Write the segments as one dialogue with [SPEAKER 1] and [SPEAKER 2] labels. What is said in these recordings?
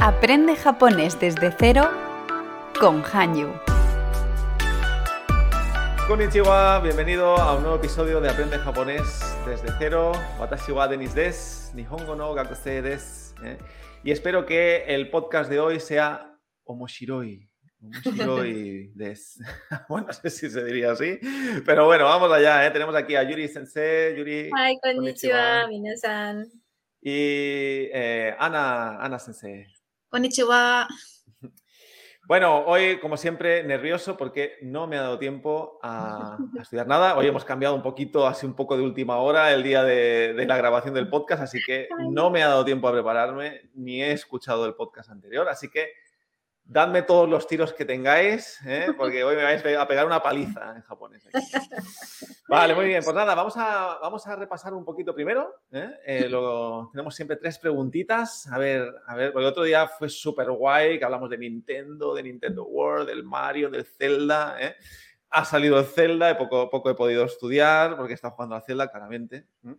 [SPEAKER 1] Aprende japonés desde cero con Hanyu.
[SPEAKER 2] Konnichiwa, bienvenido a un nuevo episodio de Aprende Japonés desde cero. Watashi wa Denis des, Nihongo no gakusei des. ¿eh? Y espero que el podcast de hoy sea omoshiroi. Omoshiroi des. bueno, no sé si se diría así, pero bueno, vamos allá. ¿eh? Tenemos aquí a Yuri Sensei. Yuri,
[SPEAKER 3] Hi, konnichiwa, minasan.
[SPEAKER 2] y eh, Ana, Ana Sensei.
[SPEAKER 3] Konnichiwa.
[SPEAKER 2] Bueno, hoy, como siempre, nervioso porque no me ha dado tiempo a, a estudiar nada. Hoy hemos cambiado un poquito, así un poco de última hora, el día de, de la grabación del podcast, así que no me ha dado tiempo a prepararme ni he escuchado el podcast anterior. Así que dadme todos los tiros que tengáis, ¿eh? porque hoy me vais a pegar una paliza en japonés. aquí. Vale, muy bien. Pues nada, vamos a, vamos a repasar un poquito primero. ¿eh? Eh, lo- tenemos siempre tres preguntitas. A ver, a ver, porque el otro día fue súper guay que hablamos de Nintendo, de Nintendo World, del Mario, del Zelda. ¿eh? Ha salido el Zelda, y poco, poco he podido estudiar porque está jugando al Zelda, claramente. ¿eh?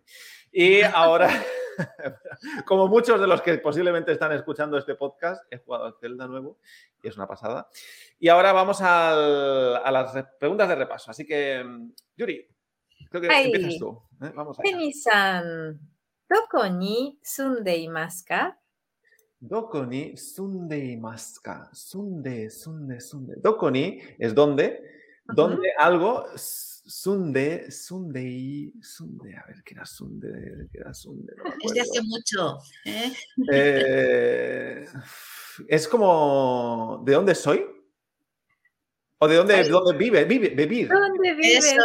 [SPEAKER 2] Y ahora, como muchos de los que posiblemente están escuchando este podcast, he jugado al Zelda nuevo y es una pasada. Y ahora vamos al- a las re- preguntas de repaso. Así que, mm, Yuri, creo que
[SPEAKER 3] Ay.
[SPEAKER 2] empiezas tú. ¿eh? Vamos allá.
[SPEAKER 3] Denis-san, ¿doko ni sunde imasu ka?
[SPEAKER 2] Doko ni sunde maska. Sunde, sunde, sunde. Doko ni es donde. Donde algo. s- Sunde, sunde y sunde. A ver, ¿qué era sunde? ¿Qué era sunde? No me
[SPEAKER 4] Desde hace
[SPEAKER 2] acuerdo.
[SPEAKER 4] mucho. ¿eh?
[SPEAKER 2] Eh, es como. ¿De dónde soy? ¿O de dónde,
[SPEAKER 4] Ay.
[SPEAKER 2] dónde vive? vive vivir.
[SPEAKER 3] ¿Dónde vives?
[SPEAKER 4] Eso.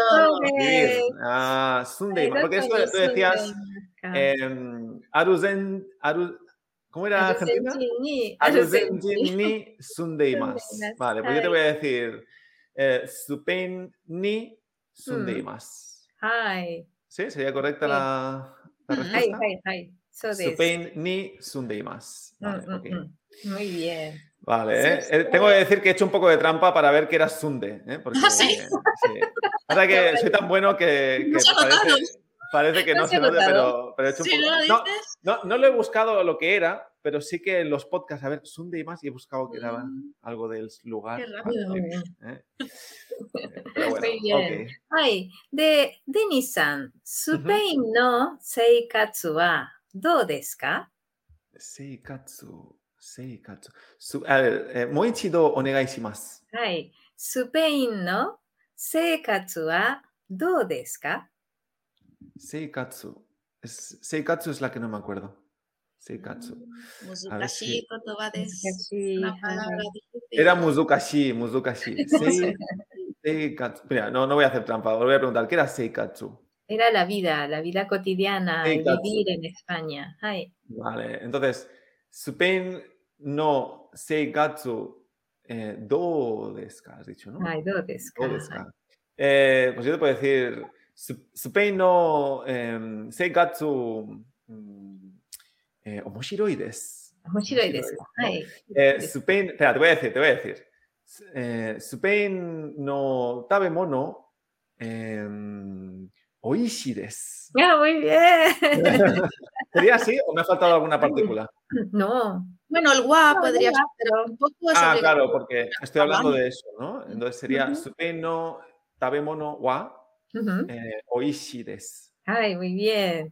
[SPEAKER 2] Vivir.
[SPEAKER 3] ¿Dónde?
[SPEAKER 2] Ah, sunde. Porque eso tú decías. em, Aruzen. Aru- ¿Cómo era Argentina? Aruzenji Ah, ni sundeimasu.
[SPEAKER 3] Sundeimasu,
[SPEAKER 2] Vale, pues yo te
[SPEAKER 3] ahí.
[SPEAKER 2] voy a decir eh, Supen ni
[SPEAKER 3] Mm.
[SPEAKER 2] sundeimasu.
[SPEAKER 3] Hi.
[SPEAKER 2] ¿Sí? ¿Sería correcta
[SPEAKER 3] Sí. Mm,
[SPEAKER 2] la, la
[SPEAKER 4] Ujú.
[SPEAKER 3] Hi,
[SPEAKER 2] respuesta?
[SPEAKER 3] hi, hi. So desu.
[SPEAKER 2] Supen ni sundeimasu. Vale,
[SPEAKER 3] Mm, mm,
[SPEAKER 2] ok.
[SPEAKER 3] mm. Muy bien.
[SPEAKER 2] Vale,
[SPEAKER 3] Sí,
[SPEAKER 2] ¿eh?
[SPEAKER 3] sí.
[SPEAKER 2] Eh, tengo que decir que he hecho un poco de trampa para ver que era Sunde. ¿eh? Porque,
[SPEAKER 4] Ah, ¿sí?
[SPEAKER 2] sí. Pasa que soy tan bueno que, que
[SPEAKER 4] Nos ha
[SPEAKER 2] parece,
[SPEAKER 4] agotado.
[SPEAKER 2] parece que no
[SPEAKER 3] Nos
[SPEAKER 2] se
[SPEAKER 3] ha
[SPEAKER 2] nota, pero,
[SPEAKER 3] agotado.
[SPEAKER 2] pero he hecho un
[SPEAKER 4] Si no
[SPEAKER 2] poco-
[SPEAKER 4] lo
[SPEAKER 2] No,
[SPEAKER 4] dices,
[SPEAKER 2] no, no lo he buscado lo que era, pero sí que en los podcasts, a ver, Sunday y más, y he buscado que daban algo del lugar.
[SPEAKER 4] Qué
[SPEAKER 2] Ah,
[SPEAKER 4] rápido.
[SPEAKER 3] Mm.
[SPEAKER 2] ¿eh? Pero bueno,
[SPEAKER 3] Muy bien.
[SPEAKER 2] ok.
[SPEAKER 3] はい。で、デニスさん、スペインの生活はどうですか
[SPEAKER 2] Seikatsu, seikatsu. Su- a ver, eh, moichido onegaishimasu.
[SPEAKER 3] はい。スペインの生活はどうですか
[SPEAKER 2] Seikatsu. Es- seikatsu es la que no me acuerdo. Seikatsu. A ver si-
[SPEAKER 4] Musukashi Kotoba des.
[SPEAKER 3] 私
[SPEAKER 4] Una palabra difícil.
[SPEAKER 2] Era Muzukashi, Muzukashi. Sei- Seikatsu. Mira, no, no voy a hacer trampa, os voy a preguntar, ¿qué era Seikatsu?
[SPEAKER 3] era la vida, la vida cotidiana, el
[SPEAKER 2] Seikatsu.
[SPEAKER 3] vivir en España. はい。
[SPEAKER 2] Vale, entonces, Supen no Seikatsu, eh, do desu ka, has dicho, ¿no?
[SPEAKER 3] はい、どうですか
[SPEAKER 2] Do desu ka. Eh, pues yo te puedo decir, su- Supen no em, Seikatsu mm, eh, omoshiroi desu.
[SPEAKER 3] 面白いですかはい。
[SPEAKER 2] Eh, Supen, espera, te voy a decir, te voy a decir. S- Eh, Supen no tabemono em, oishi desu.
[SPEAKER 3] いや、muy bien.
[SPEAKER 2] ¿Sería así o me ha faltado alguna partícula?
[SPEAKER 3] no.
[SPEAKER 4] Bueno, el gua
[SPEAKER 3] No,
[SPEAKER 4] podría
[SPEAKER 3] no,
[SPEAKER 4] ser, pero un poco es
[SPEAKER 2] Ah,
[SPEAKER 4] obligatorio.
[SPEAKER 2] claro, porque estoy hablando
[SPEAKER 4] Habana.
[SPEAKER 2] de eso, ¿no? Entonces sería Supen no tabemono wa
[SPEAKER 3] うん
[SPEAKER 2] eh, oishi desu.
[SPEAKER 3] はい、muy bien.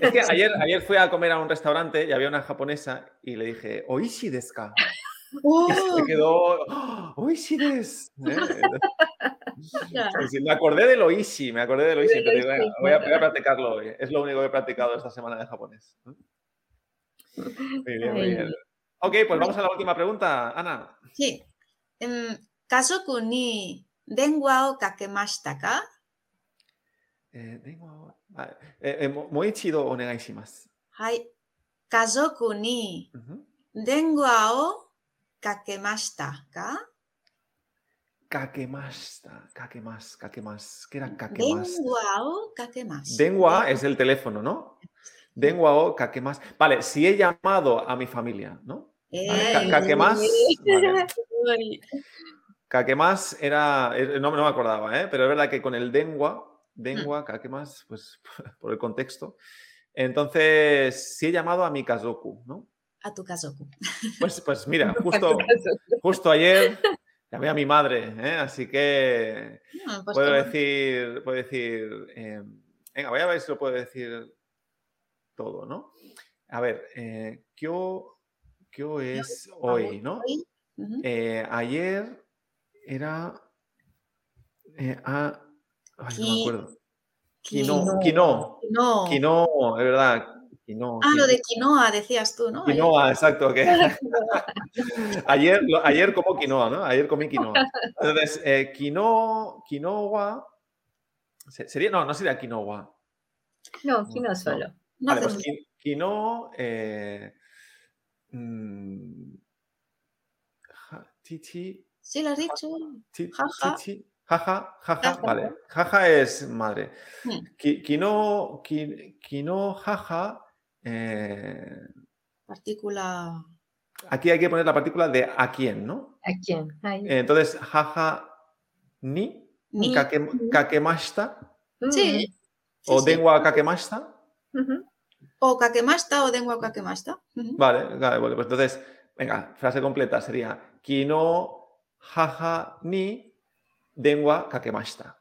[SPEAKER 2] Es que ayer, ayer fui a comer a un restaurante y había una japonesa y le dije, oishi desu ka.
[SPEAKER 4] Oh,
[SPEAKER 2] Y se quedó, "Oh, oishi desu. ¿eh? Entonces,
[SPEAKER 4] ya.
[SPEAKER 2] Sí, sí, me acordé del oishi, me acordé del oishi.
[SPEAKER 3] Del
[SPEAKER 2] entonces,
[SPEAKER 3] oishi,
[SPEAKER 2] bueno, voy, a,
[SPEAKER 3] claro.
[SPEAKER 2] voy a practicarlo hoy. Es lo único que he practicado esta semana de japonés. Muy bien, muy
[SPEAKER 3] Ay.
[SPEAKER 2] bien. Ok, pues vamos a la última pregunta, Ana.
[SPEAKER 4] Sí. Em, Kazoku ni denwa o kakemashita ka?
[SPEAKER 2] Eh, tengo- ah, eh, eh, mo- moichido onegaishimasu.
[SPEAKER 4] Hai. Kazoku ni
[SPEAKER 2] Ujú.
[SPEAKER 4] denwa o kakemashita ka?
[SPEAKER 2] Kakemashita, kakemasu, kakemasu. ¿Qué era kakemasu?
[SPEAKER 4] Denwa o kakemashita.
[SPEAKER 2] Dengua es el teléfono, ¿no? Dengua o kakemas. Vale, si he llamado a mi familia, ¿no? Vale, ka-
[SPEAKER 4] Eh,
[SPEAKER 2] kakemas. vale.
[SPEAKER 4] uy.
[SPEAKER 2] Kakemas era. eh, No, no me acordaba, ¿eh? Pero es verdad que con el dengua, dengua,
[SPEAKER 4] Hmm.
[SPEAKER 2] kakemas, pues por el contexto. Entonces, si he llamado a mi kazoku, ¿no?
[SPEAKER 4] a tu kazoku.
[SPEAKER 2] Pues, pues mira, justo, justo ayer llamé a mi madre, ¿eh? así que
[SPEAKER 4] Mm, pues
[SPEAKER 2] puedo
[SPEAKER 4] como-
[SPEAKER 2] decir, puedo decir, eh, venga, voy a ver si lo puedo decir todo, ¿no? A ver, eh, ¿qué, o- qué o es hoy, no?
[SPEAKER 4] Ujú.
[SPEAKER 2] Eh, ayer era. eh, ah, ay, no me
[SPEAKER 4] Qui-
[SPEAKER 2] acuerdo. Quino,
[SPEAKER 4] Quino-
[SPEAKER 2] quino,
[SPEAKER 4] quinoa.
[SPEAKER 2] quino, es verdad. Quino,
[SPEAKER 4] Ah, lo
[SPEAKER 2] quino-
[SPEAKER 4] de quinoa decías tú, ¿no?
[SPEAKER 2] quinoa, exacto. que- ayer, lo- ayer como quinoa, ¿no? Ayer comí quinoa. Entonces, eh, quino- quinoa. se- Sería, no, no sería quinoa.
[SPEAKER 3] No, Kino solo.
[SPEAKER 4] No
[SPEAKER 2] Vale,
[SPEAKER 4] hace
[SPEAKER 2] pues
[SPEAKER 4] mucho.
[SPEAKER 2] qui- quinoa. Eh, mm, ja- ti- ti-
[SPEAKER 4] Sí, lo has dicho.
[SPEAKER 2] Ti-
[SPEAKER 4] Jaja.
[SPEAKER 2] ti- ti- Jaja, jaja,
[SPEAKER 4] Jaja.
[SPEAKER 2] vale. Jaja es madre.
[SPEAKER 4] Hmm.
[SPEAKER 2] Qui- Quino, qui- quino, jaja. eh,
[SPEAKER 4] Partícula.
[SPEAKER 2] aquí hay que poner la partícula de a quién, ¿no?
[SPEAKER 3] ¿A quién? Ay.
[SPEAKER 2] Eh, Entonces, jaja ni,
[SPEAKER 4] Ni.
[SPEAKER 2] kake- kakemashita,
[SPEAKER 3] Mm.
[SPEAKER 4] Sí.
[SPEAKER 2] o
[SPEAKER 4] sí, sí.
[SPEAKER 2] dengwa kakemashita.
[SPEAKER 3] Ujú.
[SPEAKER 4] O kakemasta o dengua kakemasta. Ujú.
[SPEAKER 2] Vale, vale, vale. Pues entonces, venga, frase completa sería kino, jaja, ni, dengwa kakemashita.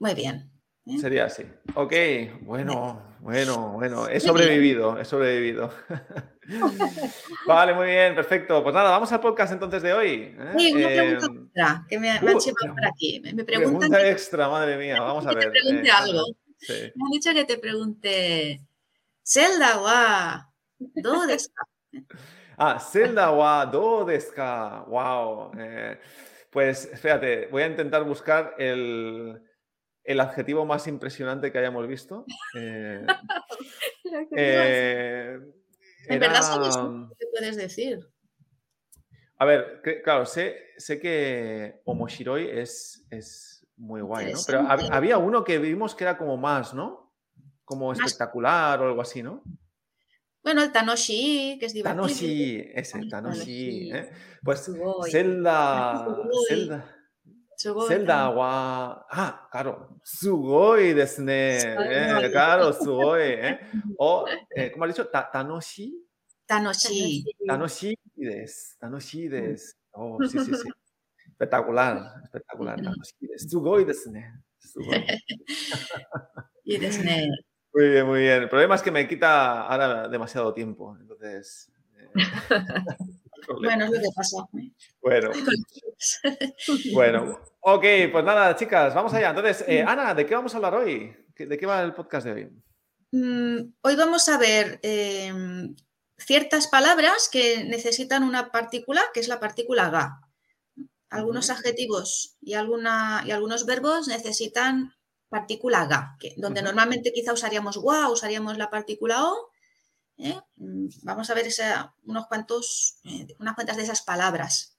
[SPEAKER 4] Muy bien. ¿Eh?
[SPEAKER 2] Sería así. Ok, bueno, bueno, bueno. He
[SPEAKER 4] bien.
[SPEAKER 2] sobrevivido, he sobrevivido. vale, muy bien, perfecto. Pues nada, vamos al podcast entonces de hoy. ¿eh?
[SPEAKER 4] Sí, una
[SPEAKER 2] Eh,
[SPEAKER 4] pregunta extra que me, me han
[SPEAKER 2] uh,
[SPEAKER 4] llevado por aquí. Me, me preguntan
[SPEAKER 2] pregunta
[SPEAKER 4] que-
[SPEAKER 2] extra, madre mía. Vamos a
[SPEAKER 4] que te
[SPEAKER 2] ver.
[SPEAKER 4] pregunte
[SPEAKER 2] eh,
[SPEAKER 4] algo.
[SPEAKER 2] sí.
[SPEAKER 4] Me han dicho que te pregunte. Zelda wa. ¿Dónde está?
[SPEAKER 2] Ah, Zelda wa do desu ka? Wow. eh, pues espérate, voy a intentar buscar el, el adjetivo más impresionante que hayamos visto. Eh,
[SPEAKER 3] Lo que
[SPEAKER 2] eh,
[SPEAKER 4] En verdad
[SPEAKER 2] era-
[SPEAKER 4] sabes ¿Qué puedes decir?
[SPEAKER 2] A ver, cre- claro, sé, sé que Omoshiroi es, es muy guay, ¿no? Pero hab-
[SPEAKER 4] Interesante.
[SPEAKER 2] había uno que vimos que era como más, ¿no? Como
[SPEAKER 4] Más.
[SPEAKER 2] espectacular o algo así, ¿no?
[SPEAKER 4] Bueno, el Tanoshi, que es divertido.
[SPEAKER 2] Tanoshi, ese,
[SPEAKER 4] Ay,
[SPEAKER 2] Tanoshi.
[SPEAKER 4] Tanoshi.
[SPEAKER 2] ¿eh? Pues
[SPEAKER 3] Tsugoi.
[SPEAKER 2] Zelda,
[SPEAKER 4] Sugoi.
[SPEAKER 2] Zelda,
[SPEAKER 4] Sugoi,
[SPEAKER 2] Zelda wa... Ah, claro, Sugoi desne,
[SPEAKER 4] Sugoi.
[SPEAKER 2] claro, Sugoi, ¿eh? O, eh, ¿cómo has dicho? Ta- Tanoshi,
[SPEAKER 4] Tanoshi.
[SPEAKER 2] Tanoshi des, Tanoshi
[SPEAKER 4] Mm.
[SPEAKER 2] des. Oh, sí, sí, sí. Espectacular, espectacular. Tanoshi des. Sugoi desu ne. Sugoi.
[SPEAKER 4] Y Disney.
[SPEAKER 2] Muy bien, muy bien. El problema es que me quita ahora demasiado tiempo. Entonces. eh, problema.
[SPEAKER 4] Bueno, es lo que pasa.
[SPEAKER 2] bueno, bueno. Ok, pues nada, chicas, vamos allá. Entonces, eh, Ana, ¿de qué vamos a hablar hoy? ¿Qué- ¿De qué va el podcast de hoy?
[SPEAKER 4] Mm, Hoy vamos a ver eh, ciertas palabras que necesitan una partícula, que es la partícula ga. Algunos
[SPEAKER 2] Ujú.
[SPEAKER 4] adjetivos y, alguna, y algunos verbos necesitan partícula ga, que- donde
[SPEAKER 2] Ujú.
[SPEAKER 4] normalmente quizá usaríamos wa, usaríamos la partícula o. ¿eh? Mm, Vamos a ver esa- unos cuantos, eh, unas cuantas de esas palabras.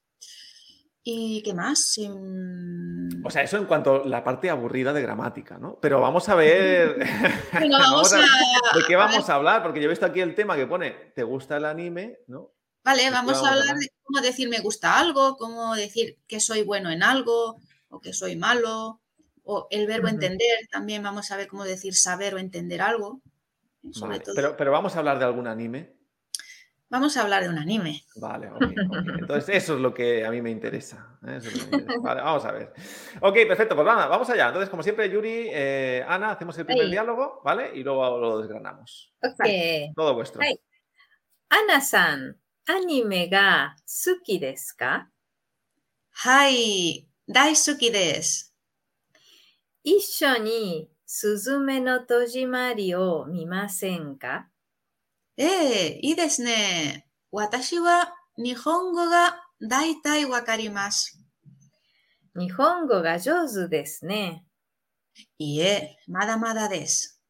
[SPEAKER 4] ¿Y qué más? Mm,
[SPEAKER 2] O sea, eso en cuanto a la parte aburrida de gramática, ¿no? Pero vamos a ver.
[SPEAKER 4] bueno, vamos a-
[SPEAKER 2] ¿De qué vamos a hablar? Porque yo he visto aquí el tema que pone, ¿te gusta el anime? ¿No?
[SPEAKER 4] Vale,
[SPEAKER 2] Pues
[SPEAKER 4] vamos
[SPEAKER 2] vamos a
[SPEAKER 4] a hablar
[SPEAKER 2] hablar.
[SPEAKER 4] de cómo decir me gusta algo, cómo decir que soy bueno en algo o que soy malo, o el verbo
[SPEAKER 3] Ujú.
[SPEAKER 4] entender, también vamos a ver cómo decir saber o entender algo. ¿eh? Sobre
[SPEAKER 2] Vale,
[SPEAKER 4] todo,
[SPEAKER 2] Pero, pero vamos a hablar de algún anime.
[SPEAKER 4] vamos a hablar de un anime.
[SPEAKER 2] Vale, ok, ok. Entonces, eso es lo que a mí me interesa. ¿eh? Eso es lo que me interesa. Vale, vamos a ver. Ok, perfecto, pues nada, vamos allá. Entonces, como siempre, Yuri, eh, Ana, hacemos el primer
[SPEAKER 3] Ahí.
[SPEAKER 2] diálogo, ¿vale? Y luego lo desgranamos.
[SPEAKER 3] Ok.
[SPEAKER 2] Todo vuestro.
[SPEAKER 3] Ahí. Ana-san, anime ga suki desu ka?
[SPEAKER 4] Hi, Daisuki des.
[SPEAKER 3] 一緒にスズメの戸締まりを見ませんか
[SPEAKER 4] Eh, y desne. Watashi wa nihongo ga daitai wakarimasu.
[SPEAKER 3] 日本語が上手ですね。
[SPEAKER 4] Y eh, mada mada des.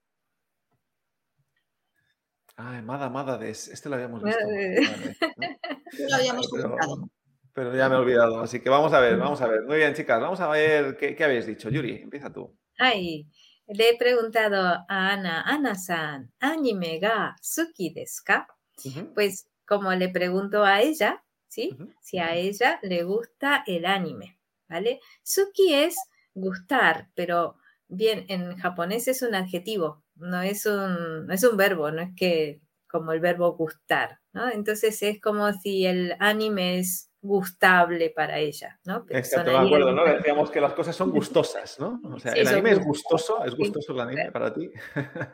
[SPEAKER 2] Ay, Mada Madades, este lo habíamos
[SPEAKER 3] Mada
[SPEAKER 2] visto.
[SPEAKER 3] Des.
[SPEAKER 2] Vale.
[SPEAKER 4] Ya lo habíamos
[SPEAKER 2] Pero-
[SPEAKER 4] comentado.
[SPEAKER 2] Pero ya me he olvidado, así que vamos a ver, vamos a ver. Muy bien, chicas, vamos a ver qué, qué habéis dicho. Yuri, empieza tú.
[SPEAKER 3] Ay, le he preguntado a Ana, Ana-san, ¿anime ga suki desu ka?
[SPEAKER 2] Ujú.
[SPEAKER 3] Pues como le pregunto a ella, ¿sí?
[SPEAKER 2] Ujú.
[SPEAKER 3] Si a ella le gusta el anime, ¿vale? Suki es gustar, pero bien, en japonés es un adjetivo, no es un, no es un verbo, no es que como el verbo gustar, ¿no? Entonces es como si el anime es gustable para ella, ¿no? Pero
[SPEAKER 2] Exacto,
[SPEAKER 3] son
[SPEAKER 2] me
[SPEAKER 3] ahí
[SPEAKER 2] acuerdo, ¿no?
[SPEAKER 3] algunas-
[SPEAKER 2] Decíamos que las cosas son gustosas, ¿no? O sea,
[SPEAKER 3] Sí,
[SPEAKER 2] el
[SPEAKER 3] son
[SPEAKER 2] anime es
[SPEAKER 3] gustosas.
[SPEAKER 2] gustoso, es gustoso el anime para ti.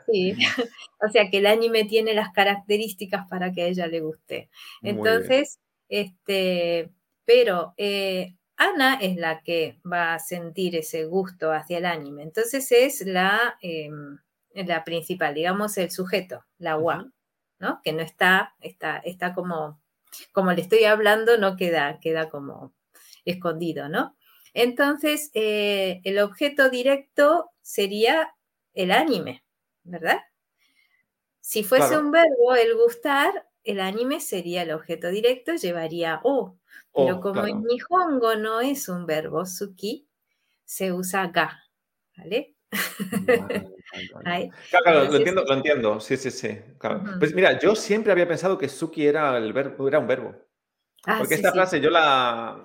[SPEAKER 3] Sí, o sea que el anime tiene las características para que a ella le guste.
[SPEAKER 2] Muy bien.
[SPEAKER 3] Entonces, este, pero eh, Ana es la que va a sentir ese gusto hacia el anime. Entonces es la, em, la principal, digamos, el sujeto, la wa, ¿no? Que no está, está, está como, como le estoy hablando, no queda, queda como escondido, ¿no? Entonces, eh, el objeto directo sería el anime, ¿verdad? Si fuese
[SPEAKER 2] Claro.
[SPEAKER 3] un verbo, el gustar, el anime sería el objeto directo, llevaría o.
[SPEAKER 2] O,
[SPEAKER 3] Pero como
[SPEAKER 2] Oh, claro,
[SPEAKER 3] en Nihongo no es un verbo, suki, se usa ga, ¿vale?
[SPEAKER 2] vale, vale, vale.
[SPEAKER 3] Ahí.
[SPEAKER 2] Claro, claro, lo
[SPEAKER 3] Entonces-
[SPEAKER 2] entiendo, lo entiendo. Sí, sí, sí. claro.
[SPEAKER 3] Ujú.
[SPEAKER 2] Pues mira, yo siempre había pensado que Suki era, el verbo, era un verbo.
[SPEAKER 3] Ah,
[SPEAKER 2] Porque
[SPEAKER 3] sí,
[SPEAKER 2] esta
[SPEAKER 3] sí,
[SPEAKER 2] frase yo la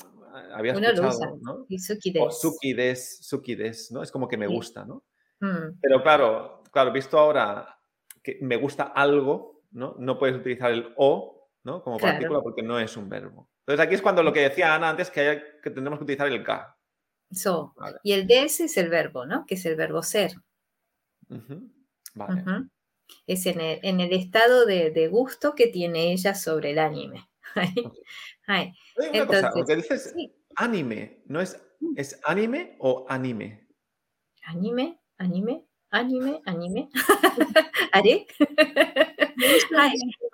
[SPEAKER 2] había
[SPEAKER 3] Uno lo
[SPEAKER 2] escuchado,
[SPEAKER 3] usa.
[SPEAKER 2] ¿no?
[SPEAKER 3] sí, suki
[SPEAKER 2] O
[SPEAKER 3] des.
[SPEAKER 2] Suki des, Suki des, ¿no? Es como que me
[SPEAKER 3] Sí.
[SPEAKER 2] gusta, ¿no?
[SPEAKER 3] Mm,
[SPEAKER 2] Pero claro, claro, visto ahora que me gusta algo, ¿no? No puedes utilizar el o, ¿no? Como
[SPEAKER 3] Claro.
[SPEAKER 2] partícula porque no es un verbo. Entonces aquí es cuando lo que decía Ana antes que, hay- que tendremos que utilizar el K.
[SPEAKER 3] so.
[SPEAKER 2] Vale.
[SPEAKER 3] Y el des es el verbo, ¿no? Que es el verbo ser.
[SPEAKER 2] Ujú. Vale.
[SPEAKER 3] Ujú. Es en el, en el estado de, de gusto que tiene ella sobre el anime. Ay,
[SPEAKER 2] Oye, una cosa,
[SPEAKER 3] Entonces,
[SPEAKER 2] porque dices
[SPEAKER 3] sí,
[SPEAKER 2] anime, ¿no es, es anime o anime?
[SPEAKER 3] anime, anime, anime, anime. ¿Haré? Ay,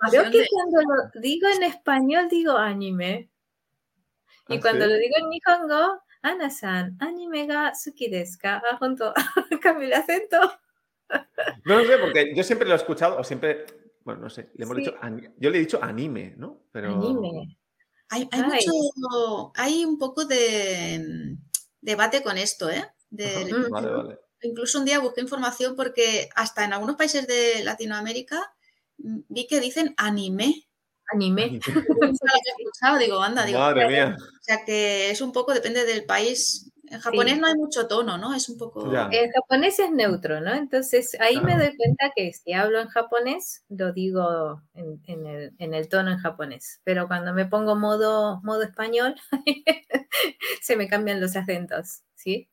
[SPEAKER 3] Creo
[SPEAKER 4] Información
[SPEAKER 3] que
[SPEAKER 4] de-
[SPEAKER 3] cuando lo digo en español digo anime. Y
[SPEAKER 2] Ah,
[SPEAKER 3] cuando
[SPEAKER 2] sí.
[SPEAKER 3] lo digo en nihongo, Ana-san, anime ga suki desu ka? Ah, junto, cambio el acento.
[SPEAKER 2] No lo sé, porque yo siempre lo he escuchado, o siempre, bueno, no sé, le hemos
[SPEAKER 3] Sí.
[SPEAKER 2] dicho, ani- yo le he dicho anime, ¿no? Pero,
[SPEAKER 3] Anime.
[SPEAKER 4] Hay, hay
[SPEAKER 3] Ay.
[SPEAKER 4] mucho, hay un poco de mm, debate con esto, ¿eh? Del-
[SPEAKER 3] Mm.
[SPEAKER 2] Ajá, Vale, vale.
[SPEAKER 4] Incluso un día busqué información porque hasta en algunos países de Latinoamérica mm, vi que dicen anime.
[SPEAKER 3] Anime.
[SPEAKER 4] Nunca lo había escuchado, digo, anda, digo.
[SPEAKER 2] Madre mía.
[SPEAKER 4] O sea que es un poco, depende del país. En japonés
[SPEAKER 3] Sí.
[SPEAKER 4] no hay mucho tono, ¿no? Es un poco.
[SPEAKER 2] Ya.
[SPEAKER 3] El japonés es neutro, ¿no? Entonces ahí me
[SPEAKER 2] Ah.
[SPEAKER 3] doy cuenta que si hablo en japonés, lo digo en, en el, en el tono en japonés. Pero cuando me pongo modo, modo español, se me cambian los acentos, ¿sí?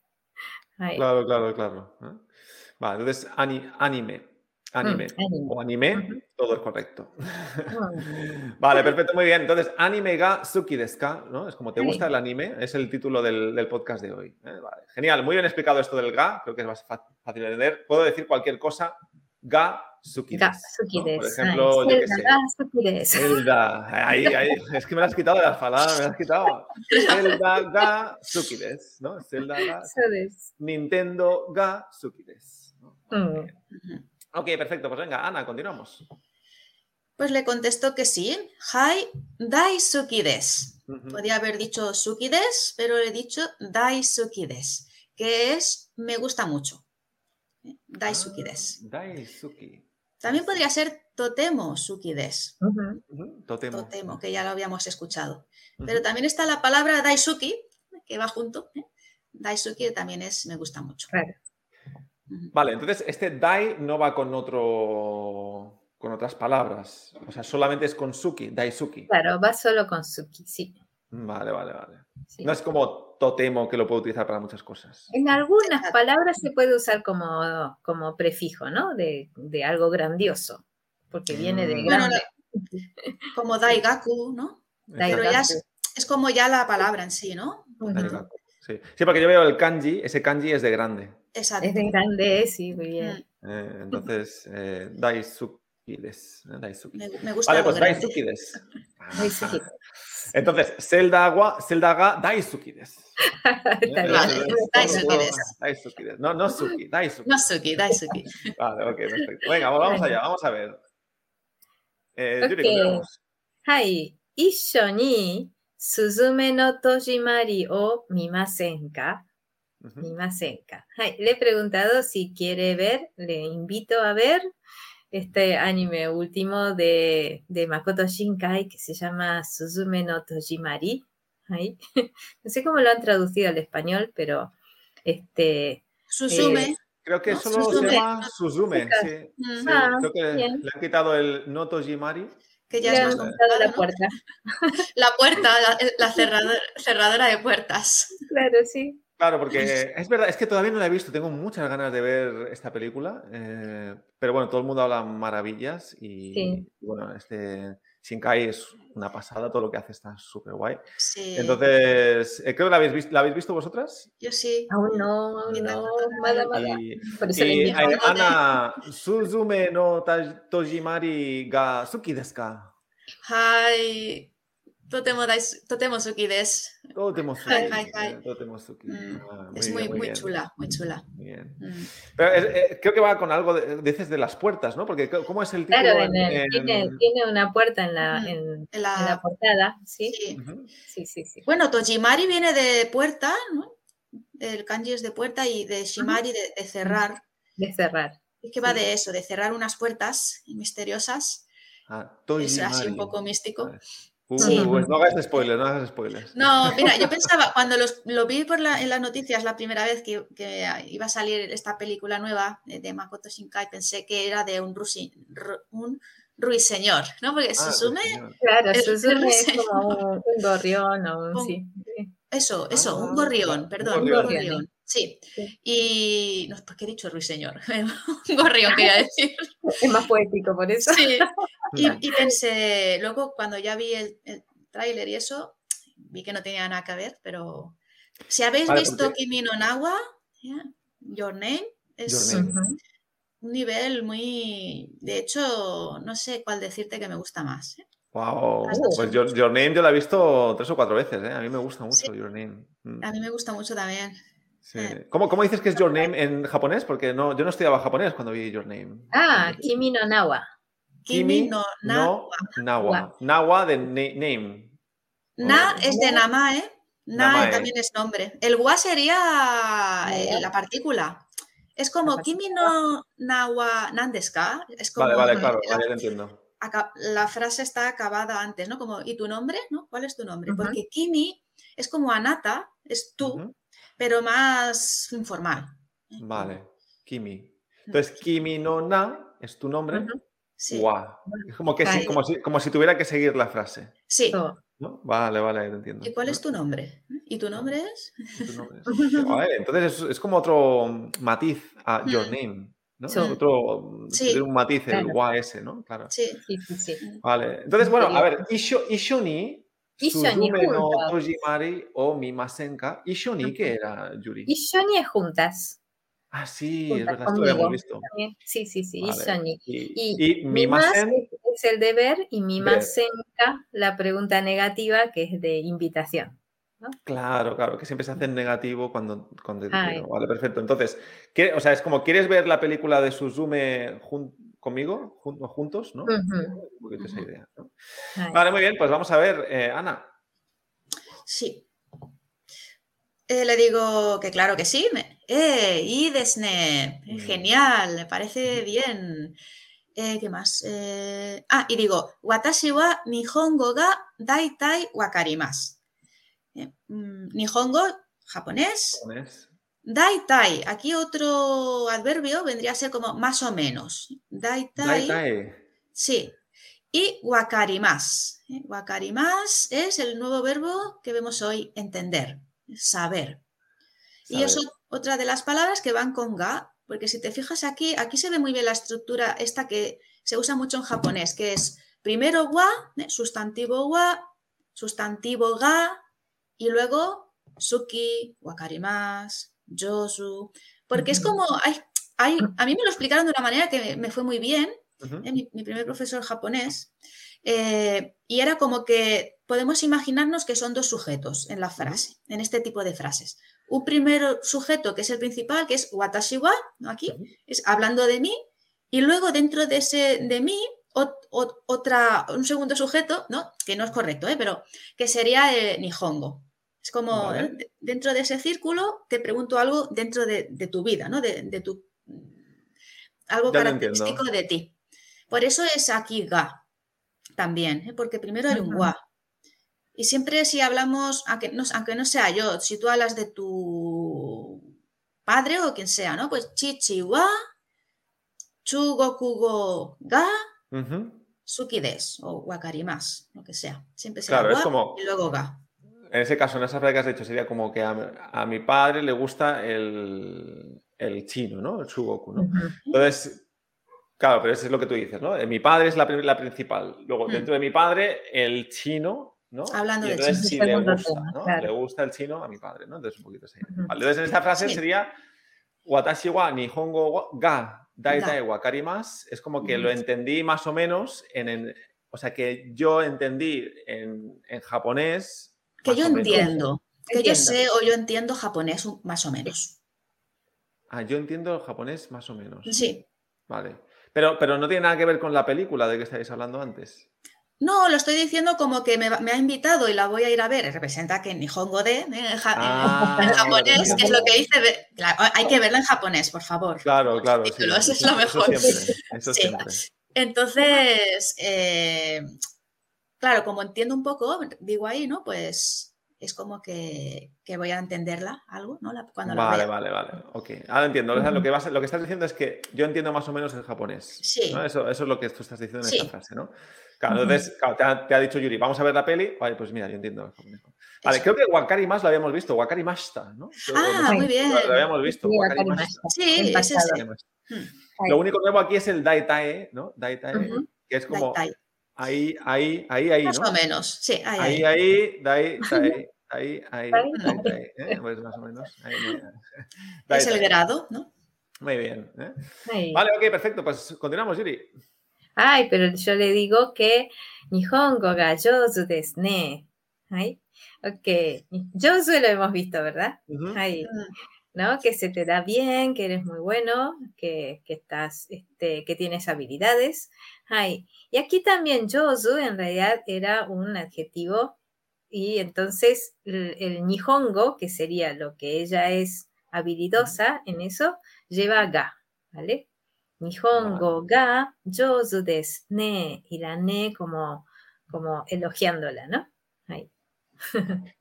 [SPEAKER 3] Ahí.
[SPEAKER 2] Claro, claro, claro. ¿eh? Vale, entonces ani- anime, anime
[SPEAKER 3] Mm, anime.
[SPEAKER 2] o anime,
[SPEAKER 3] Ujú.
[SPEAKER 2] todo es correcto.
[SPEAKER 3] Mm.
[SPEAKER 2] Vale, perfecto, muy bien. Entonces, anime ga suki desu ka, ¿no? Es como te
[SPEAKER 3] Sí.
[SPEAKER 2] gusta el anime, es el título del, del podcast de hoy. ¿eh? Vale, genial, muy bien explicado esto del ga, creo que es más fa- fácil de entender. Puedo decir cualquier cosa, ga suki
[SPEAKER 3] Ga,
[SPEAKER 2] desu,
[SPEAKER 3] suki
[SPEAKER 2] ¿no? Por
[SPEAKER 3] desu. Ay,
[SPEAKER 2] ejemplo, yo qué
[SPEAKER 3] Zelda,
[SPEAKER 2] sé.
[SPEAKER 3] ga, Ah, suki desu.
[SPEAKER 2] Zelda, ahí, ahí, es que me lo has quitado de las palabras, me lo has quitado. Zelda ga suki desu, ¿no? Zelda ga
[SPEAKER 3] Eso es.
[SPEAKER 2] Nintendo ga suki desu. ¿no?
[SPEAKER 3] Mm.
[SPEAKER 4] Ujú.
[SPEAKER 2] Ok, perfecto. Pues venga, Ana, continuamos.
[SPEAKER 4] Pues le contesto que sí. Hai daisuki desu.
[SPEAKER 2] Ujú.
[SPEAKER 4] Podría haber dicho suki des, pero he dicho daisuki des, que es me gusta mucho. ¿Eh? Daisuki des.
[SPEAKER 2] Ah, Daisuki.
[SPEAKER 4] También podría ser totemo suki des.
[SPEAKER 3] Mm, Ujú.
[SPEAKER 2] Ujú, Totemo.
[SPEAKER 4] Totemo, que ya lo habíamos escuchado.
[SPEAKER 2] Ujú.
[SPEAKER 4] Pero también está la palabra daisuki, que va junto. ¿eh? Daisuki también es me gusta mucho.
[SPEAKER 3] Claro.
[SPEAKER 4] Ujú.
[SPEAKER 2] Vale, entonces este dai no va con otro con otras palabras. O sea, solamente es con suki, daisuki.
[SPEAKER 3] Claro, va solo con suki, sí.
[SPEAKER 2] Vale, vale, vale.
[SPEAKER 3] sí.
[SPEAKER 2] No es como totemo que lo puedo utilizar para muchas cosas.
[SPEAKER 3] En algunas palabras se puede usar como, como prefijo, ¿no? De, de algo grandioso, porque viene de
[SPEAKER 2] Mm.
[SPEAKER 4] Bueno,
[SPEAKER 3] grande.
[SPEAKER 4] Como daigaku, ¿no? Pero ya es, es como ya la palabra en sí, ¿no?
[SPEAKER 3] Ujú.
[SPEAKER 2] Daigaku, Sí. Sí, porque yo veo el kanji, ese kanji es de grande.
[SPEAKER 4] Exacto.
[SPEAKER 3] Es de grande, sí, muy bien.
[SPEAKER 4] Mm,
[SPEAKER 2] Eh, entonces, eh, daisuki des. eh, Daisuki.
[SPEAKER 4] Me, me gusta
[SPEAKER 2] Vale,
[SPEAKER 4] lo
[SPEAKER 2] pues
[SPEAKER 4] grande.
[SPEAKER 2] daisuki des.
[SPEAKER 3] Daisuki.
[SPEAKER 2] Entonces, Zelda agua, Zelda ga, daisuki des.
[SPEAKER 3] Está bien.
[SPEAKER 4] Vale, daisuki des.
[SPEAKER 2] Daisuki des. No, no suki, daisuki.
[SPEAKER 4] No suki, daisuki.
[SPEAKER 2] Vale, ok, perfecto. Venga, vamos vamos allá, vamos a ver. Eh, Yuri,
[SPEAKER 3] Ok.
[SPEAKER 2] continuamos.
[SPEAKER 3] はい、一緒にスズメの戸締まりを見ませんか
[SPEAKER 2] Ujú.
[SPEAKER 3] Ni más cerca. Ay, le he preguntado si quiere ver, le invito a ver este anime último de, de Makoto Shinkai que se llama Suzume no Tojimari. Ay, no sé cómo lo han traducido al español, pero este,
[SPEAKER 4] Susume.
[SPEAKER 2] Creo que
[SPEAKER 4] No,
[SPEAKER 2] solo se
[SPEAKER 4] Suzume.
[SPEAKER 2] llama Suzume. Sí, sí,
[SPEAKER 4] Mm.
[SPEAKER 3] Ah,
[SPEAKER 2] creo que
[SPEAKER 3] bien.
[SPEAKER 2] le han quitado el Notojimari.
[SPEAKER 4] que ya
[SPEAKER 3] Le
[SPEAKER 4] es
[SPEAKER 3] han
[SPEAKER 4] más
[SPEAKER 3] dado
[SPEAKER 4] complicado.
[SPEAKER 3] la
[SPEAKER 4] ¿no?
[SPEAKER 3] puerta.
[SPEAKER 4] La puerta, la, eh, la cerrado- cerradora de puertas.
[SPEAKER 3] Claro, sí.
[SPEAKER 2] Claro, porque es verdad, es que todavía no la he visto, tengo muchas ganas de ver esta película, eh, pero bueno, todo el mundo habla maravillas y,
[SPEAKER 3] Sí.
[SPEAKER 2] y bueno, este Shinkai es una pasada, todo lo que hace está súper guay.
[SPEAKER 4] Sí.
[SPEAKER 2] Entonces, eh, creo que la habéis visto, ¿la habéis visto vosotras?
[SPEAKER 4] Yo sí.
[SPEAKER 3] Aún no, no, mala, mala.
[SPEAKER 2] Y,
[SPEAKER 3] Por
[SPEAKER 4] Este
[SPEAKER 3] eso le
[SPEAKER 2] y, eh,
[SPEAKER 3] envié.
[SPEAKER 4] Ana.
[SPEAKER 2] Ana, Suzume no taj- Tojimari ga Suki desu ka?
[SPEAKER 4] Hi. Totemo, dais- totemo suki desu.
[SPEAKER 2] Totemo suki,
[SPEAKER 4] Hai, hai, hai.
[SPEAKER 2] eh, totemo suki.
[SPEAKER 4] Mm,
[SPEAKER 2] Ah,
[SPEAKER 4] Es
[SPEAKER 2] bien,
[SPEAKER 4] muy, muy
[SPEAKER 2] bien,
[SPEAKER 4] chula, muy chula.
[SPEAKER 2] muy bien.
[SPEAKER 4] Mm.
[SPEAKER 2] Pero es- eh, creo que va con algo, de, dices, de las puertas, ¿no? Porque co- ¿cómo es el título?
[SPEAKER 3] Claro, en
[SPEAKER 2] en-
[SPEAKER 3] el- tiene,
[SPEAKER 2] en-
[SPEAKER 3] tiene una puerta en la,
[SPEAKER 4] Ujú.
[SPEAKER 3] en, en
[SPEAKER 4] La-
[SPEAKER 3] la portada, ¿sí?
[SPEAKER 4] sí.
[SPEAKER 2] Ujú.
[SPEAKER 3] Sí, sí, sí.
[SPEAKER 4] Bueno, Tojimari viene de puerta, ¿no? El kanji es de puerta y de Shimari de, de cerrar.
[SPEAKER 3] De cerrar.
[SPEAKER 4] Es que va
[SPEAKER 3] Sí.
[SPEAKER 4] de eso, de cerrar unas puertas misteriosas.
[SPEAKER 2] Ah,
[SPEAKER 4] Es así
[SPEAKER 2] Tojimari.
[SPEAKER 4] un poco místico.
[SPEAKER 2] Vale. Uh,
[SPEAKER 4] Sí.
[SPEAKER 2] Pues no hagas spoilers, no hagas spoilers.
[SPEAKER 4] No, mira, yo pensaba, cuando los- lo vi por la- en las noticias la primera vez que, que iba a salir esta película nueva eh, de Makoto Shinkai, pensé que era de un, rusi- ru- un ruiseñor, ¿no? Porque
[SPEAKER 2] Ah,
[SPEAKER 4] Susume,
[SPEAKER 2] señor.
[SPEAKER 3] Claro,
[SPEAKER 4] El-
[SPEAKER 3] Suzume es
[SPEAKER 4] el-
[SPEAKER 3] como un, un gorrión o un...
[SPEAKER 4] Un-
[SPEAKER 3] Sí,
[SPEAKER 4] eso, eso,
[SPEAKER 2] Ah,
[SPEAKER 4] un gorrión,
[SPEAKER 2] un
[SPEAKER 4] perdón, un
[SPEAKER 2] gorrión.
[SPEAKER 4] gorrión. Sí.
[SPEAKER 3] Sí.
[SPEAKER 4] Y no, ¿por qué he dicho ruiseñor? un gorrión quería decir.
[SPEAKER 3] Es más poético por eso.
[SPEAKER 4] Sí. Y, y pensé, luego cuando ya vi el, el tráiler y eso, vi que no tenía nada que ver, pero si habéis
[SPEAKER 2] Vale,
[SPEAKER 4] visto
[SPEAKER 2] porque-
[SPEAKER 4] Kimi no Nawa, ¿ya? Your Name, es
[SPEAKER 2] Your Name.
[SPEAKER 3] Ujú.
[SPEAKER 4] un nivel muy... De hecho, no sé cuál decirte que me gusta más. ¿eh?
[SPEAKER 2] Wow.
[SPEAKER 4] Las dos
[SPEAKER 2] Pues
[SPEAKER 4] son
[SPEAKER 2] Your, Your Name yo la he visto tres o cuatro veces, ¿eh? A mí me gusta mucho
[SPEAKER 4] Sí.
[SPEAKER 2] Your Name. Mm.
[SPEAKER 4] A mí me gusta mucho también.
[SPEAKER 2] Sí.
[SPEAKER 4] Eh.
[SPEAKER 2] ¿Cómo, cómo dices que es Your Name en japonés? Porque no, yo no estudiaba japonés cuando vi Your Name.
[SPEAKER 3] Ah, Kimi no Nawa.
[SPEAKER 4] Kimi no Nawa.
[SPEAKER 2] No, Nawa. Nawa de na- name.
[SPEAKER 4] Na
[SPEAKER 2] Hola.
[SPEAKER 4] es de Namae. Na
[SPEAKER 2] Namae.
[SPEAKER 4] también es nombre. El wa sería eh,
[SPEAKER 3] Vale.
[SPEAKER 4] la partícula. Es
[SPEAKER 3] La
[SPEAKER 4] como
[SPEAKER 3] partícula.
[SPEAKER 4] Kimi no Nawa Nandeska. Es como
[SPEAKER 2] Vale, vale,
[SPEAKER 4] la-
[SPEAKER 2] claro,
[SPEAKER 4] la,
[SPEAKER 2] vale, ya te entiendo.
[SPEAKER 4] aca- la frase está acabada antes, ¿no? Como, ¿y tu nombre? ¿No? ¿Cuál es tu nombre?
[SPEAKER 3] Ujú.
[SPEAKER 4] Porque Kimi es como Anata, es tú,
[SPEAKER 2] Ujú.
[SPEAKER 4] pero más informal.
[SPEAKER 2] Vale, Kimi. Entonces, Kimi no na es tu nombre.
[SPEAKER 3] Ujú.
[SPEAKER 4] Sí.
[SPEAKER 2] Wa. Es como, que si-
[SPEAKER 4] Vale.
[SPEAKER 2] como, si, como si tuviera que seguir la frase.
[SPEAKER 4] Sí.
[SPEAKER 3] Eso.
[SPEAKER 2] ¿no? Vale, vale, ya te entiendo.
[SPEAKER 4] ¿Y cuál es tu nombre? ¿Y tu nombre es?
[SPEAKER 2] Tu nombre es- Vale, entonces es, es como otro matiz a Your
[SPEAKER 4] Mm.
[SPEAKER 2] Name. ¿no?
[SPEAKER 3] Sí.
[SPEAKER 2] Es otro,
[SPEAKER 4] Sí.
[SPEAKER 2] tiene un matiz, el
[SPEAKER 3] Claro.
[SPEAKER 2] wa ese, ¿no? Claro.
[SPEAKER 4] Sí.
[SPEAKER 3] Sí, sí, sí.
[SPEAKER 2] Vale. Entonces, bueno, a
[SPEAKER 3] Interior.
[SPEAKER 2] ver, Isho, Ishoni,
[SPEAKER 3] Ishoni,
[SPEAKER 2] Suzume no
[SPEAKER 3] juntas.
[SPEAKER 2] Tojimari o Mimasenka. Ishoni, ¿qué era, Yuri?
[SPEAKER 3] Y Shoni es juntas.
[SPEAKER 2] Ah, sí, es
[SPEAKER 3] juntas
[SPEAKER 2] verdad, esto lo habíamos
[SPEAKER 3] conmigo.
[SPEAKER 2] visto.
[SPEAKER 3] también. Sí, sí, sí,
[SPEAKER 2] Vale.
[SPEAKER 3] y Shoni.
[SPEAKER 2] Y,
[SPEAKER 3] Y,
[SPEAKER 2] y
[SPEAKER 3] mi más
[SPEAKER 2] Mimasen,
[SPEAKER 3] es, es el deber y mi
[SPEAKER 2] Ver.
[SPEAKER 3] más cerca la pregunta negativa que es de invitación.
[SPEAKER 2] claro, claro, que siempre se hace en negativo cuando, cuando
[SPEAKER 3] Ah,
[SPEAKER 2] bueno, Vale, perfecto. Entonces, ¿qué- o sea, es como, ¿quieres ver la película de Suzume jun- conmigo? Jun- o juntos, ¿no?
[SPEAKER 3] Mm. Ujú.
[SPEAKER 2] Un poquito esa
[SPEAKER 4] Ujú.
[SPEAKER 2] idea. ¿no?
[SPEAKER 3] Ahí.
[SPEAKER 2] Vale, muy bien, pues vamos a ver, eh, Ana.
[SPEAKER 4] Sí. Eh, le digo que claro que sí. me- ¡Eh! ¡Y Desne!
[SPEAKER 2] Mm.
[SPEAKER 4] Genial, me parece bien. Eh, ¿Qué más? Eh, ah, y digo, Watashi wa Nihongo ga daitai wakarimasu. Eh, mm, Nihongo, japonés.
[SPEAKER 2] japonés.
[SPEAKER 4] Daitai, aquí otro adverbio vendría a ser como más o menos. Daitai,
[SPEAKER 2] Daitai.
[SPEAKER 4] sí. Y wakarimasu. eh, Wakarimasu es el nuevo verbo que vemos hoy, entender, saber. Y es
[SPEAKER 2] Saber.
[SPEAKER 4] ot- otra de las palabras que van con ga, porque si te fijas aquí, aquí se ve muy bien la estructura esta que se usa mucho en japonés, que es primero wa, eh, sustantivo wa, sustantivo ga, y luego suki, wakarimasu, yosu, porque es
[SPEAKER 3] Ujú.
[SPEAKER 4] como, hay, hay- a mí me lo explicaron de una manera que me- me fue muy bien,
[SPEAKER 2] Ujú.
[SPEAKER 4] eh, mi, mi primer profesor japonés, eh, y era como que podemos imaginarnos que son dos sujetos en la frase, en este tipo de frases. Un primer sujeto, que es el principal, que es watashi wa, ¿no? aquí,
[SPEAKER 2] Ujú.
[SPEAKER 4] es hablando de mí, y luego dentro de ese de mí, ot- ot- otra, un segundo sujeto, ¿no? que no es correcto, ¿eh? pero que sería eh, nihongo. Es como
[SPEAKER 2] Vale.
[SPEAKER 4] ¿eh? de- dentro de ese círculo te pregunto algo dentro de, de tu vida, ¿no? de, de tu, algo
[SPEAKER 2] Ya lo entiendo.
[SPEAKER 4] característico de ti. Por eso es aquí ga también, ¿eh? porque primero era un
[SPEAKER 3] Ujú.
[SPEAKER 4] wa. Y siempre si hablamos, aunque no, aunque no sea yo, si tú hablas de tu padre o quien sea, ¿no? Pues chichi wa, chugokugo ga,
[SPEAKER 2] Ujú.
[SPEAKER 4] sukides o wakarimas, lo que sea. Siempre será
[SPEAKER 2] Claro, es
[SPEAKER 4] wa
[SPEAKER 2] como-
[SPEAKER 4] y luego ga.
[SPEAKER 2] En ese caso, en esa frase que has hecho, sería como que a, a mi padre le gusta el, el chino, ¿no? El Sugoku, ¿no?
[SPEAKER 3] Ujú.
[SPEAKER 2] Entonces, claro, pero eso es lo que tú dices, ¿no? Eh, Mi padre es la, pri- la principal. Luego,
[SPEAKER 4] Mm.
[SPEAKER 2] dentro de mi padre, el chino, ¿no?
[SPEAKER 4] Hablando
[SPEAKER 2] Y
[SPEAKER 4] de
[SPEAKER 2] entonces
[SPEAKER 3] chino,
[SPEAKER 2] sí
[SPEAKER 3] es el
[SPEAKER 2] le
[SPEAKER 3] segundo
[SPEAKER 2] gusta,
[SPEAKER 3] tema,
[SPEAKER 2] ¿no?
[SPEAKER 3] claro.
[SPEAKER 2] Le gusta el chino a mi padre, ¿no? Entonces, un poquito así.
[SPEAKER 3] Ujú.
[SPEAKER 2] Vale, entonces en esta frase
[SPEAKER 4] Sí.
[SPEAKER 2] sería Watashi wa nihongo wa ga daitai
[SPEAKER 4] Ga.
[SPEAKER 2] wa karimasu. Es como que
[SPEAKER 4] Ujú.
[SPEAKER 2] lo entendí más o menos en... en- o sea, que yo entendí en, en japonés...
[SPEAKER 4] Que
[SPEAKER 2] más
[SPEAKER 4] yo
[SPEAKER 2] o menos.
[SPEAKER 4] entiendo. Que yo
[SPEAKER 3] Entiendo.
[SPEAKER 4] sé o yo entiendo japonés un- más o menos.
[SPEAKER 2] Ah, yo entiendo el japonés más o menos.
[SPEAKER 4] Sí.
[SPEAKER 2] Vale. Pero, pero no tiene nada que ver con la película de que estáis hablando antes.
[SPEAKER 4] No, lo estoy diciendo como que me, va- me ha invitado y la voy a ir a ver. Representa que en Nihongo de, ¿eh? en, ja-
[SPEAKER 2] Ah,
[SPEAKER 4] en
[SPEAKER 2] vale,
[SPEAKER 4] japonés,
[SPEAKER 2] entiendo.
[SPEAKER 4] es lo que dice. de- claro, hay que verla en japonés, por favor.
[SPEAKER 2] Claro, claro. sí,
[SPEAKER 4] títulos,
[SPEAKER 2] sí,
[SPEAKER 4] es lo
[SPEAKER 2] eso
[SPEAKER 4] mejor.
[SPEAKER 2] siempre, eso
[SPEAKER 4] Sí.
[SPEAKER 2] siempre.
[SPEAKER 4] Entonces, eh, claro, como entiendo un poco, digo ahí, ¿no? Pues es como que, que voy a entenderla algo, ¿no? La- cuando la
[SPEAKER 2] Vale,
[SPEAKER 4] vea.
[SPEAKER 2] vale, vale. Ok. Ahora entiendo. O sea, lo, que vas- lo que estás diciendo es que yo entiendo más o menos el japonés.
[SPEAKER 4] Sí.
[SPEAKER 2] ¿no? Eso, eso es lo que tú estás diciendo en
[SPEAKER 4] Sí.
[SPEAKER 2] esta frase, ¿no? Claro, entonces, claro, te, ha, te ha dicho Yuri, vamos a ver la peli. Vale, pues mira, yo entiendo el japonés. Vale,
[SPEAKER 4] Eso.
[SPEAKER 2] creo que Wakari más lo habíamos visto. Wakari Mashta, ¿no? Creo que
[SPEAKER 4] Ah,
[SPEAKER 2] lo-
[SPEAKER 4] muy bien.
[SPEAKER 2] Lo habíamos visto.
[SPEAKER 3] Sí,
[SPEAKER 2] Wakari
[SPEAKER 3] Wakarimashita.
[SPEAKER 2] Mashta.
[SPEAKER 4] Sí,
[SPEAKER 3] En
[SPEAKER 4] es
[SPEAKER 3] pasado.
[SPEAKER 4] ese.
[SPEAKER 2] Lo único nuevo aquí es el Daitae, ¿no? Daitae,
[SPEAKER 4] Hmm. Ujú.
[SPEAKER 2] que es como
[SPEAKER 4] Dai, dai.
[SPEAKER 2] ahí, ahí, ahí, ahí,
[SPEAKER 4] Más
[SPEAKER 2] ¿no?
[SPEAKER 4] o menos, sí, ahí,
[SPEAKER 2] Ahí,
[SPEAKER 4] ahí.
[SPEAKER 2] ahí, dai, dai, ahí, ahí,
[SPEAKER 3] Ahí.
[SPEAKER 2] dai, dai, ¿eh? Pues más o menos. ahí, mira. Dai,
[SPEAKER 4] Es el
[SPEAKER 2] dai.
[SPEAKER 4] grado, ¿no?
[SPEAKER 2] Muy bien. ¿eh?
[SPEAKER 3] Ahí.
[SPEAKER 2] Vale, ok, perfecto. Pues continuamos, Yuri.
[SPEAKER 3] Ay, pero yo le digo que Nihongo ga yozu desu ne. Ay, ok. Yozu lo hemos visto, ¿verdad?
[SPEAKER 2] Ujú.
[SPEAKER 3] Ay, ¿no? Que se te da bien, que eres muy bueno, que, que estás, este, que tienes habilidades. Ay, y aquí también yozu en realidad era un adjetivo y entonces el, el nihongo, que sería lo que ella es habilidosa en eso, lleva ga, ¿vale? Nihongo ga yozu desu ne y la ne como, como elogiándola, ¿no?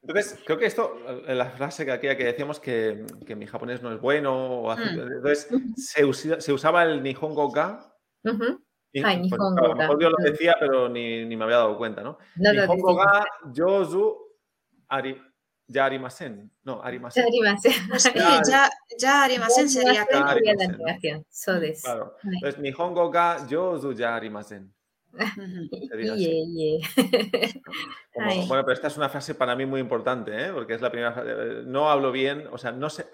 [SPEAKER 2] Entonces, creo que esto, eh, la frase que aquella que decíamos que, que mi japonés no es bueno, o hace-
[SPEAKER 4] Mm.
[SPEAKER 2] entonces se, usi- se usaba el Nihongo Ga.
[SPEAKER 3] Ujú.
[SPEAKER 2] y-
[SPEAKER 3] Ay,
[SPEAKER 2] pues,
[SPEAKER 3] Nihongo
[SPEAKER 2] claro, a lo
[SPEAKER 3] ga.
[SPEAKER 2] mejor yo lo
[SPEAKER 3] Mm.
[SPEAKER 2] decía, pero ni, ni me había dado cuenta, ¿no?
[SPEAKER 3] No lo
[SPEAKER 2] Nihongo
[SPEAKER 3] decimos.
[SPEAKER 2] Ga Yozu Ari, ya Arimasen. No, Arimasen.
[SPEAKER 3] Arimasen.
[SPEAKER 4] Sí,
[SPEAKER 2] Claro.
[SPEAKER 4] ya, ya Arimasen sería
[SPEAKER 2] Claro.
[SPEAKER 4] que-
[SPEAKER 3] sería la
[SPEAKER 2] Arimasen, ¿no?
[SPEAKER 3] negación, so desu.
[SPEAKER 2] Claro. Entonces, Nihongo Ga Yozu ya Arimasen.
[SPEAKER 4] Ujú.
[SPEAKER 2] Sería así.
[SPEAKER 3] Iye, iye.
[SPEAKER 2] Como-
[SPEAKER 3] Ay.
[SPEAKER 2] bueno, pero esta es una frase para mí muy importante, ¿eh? porque es la primera frase. eh, No hablo bien, o sea, no se,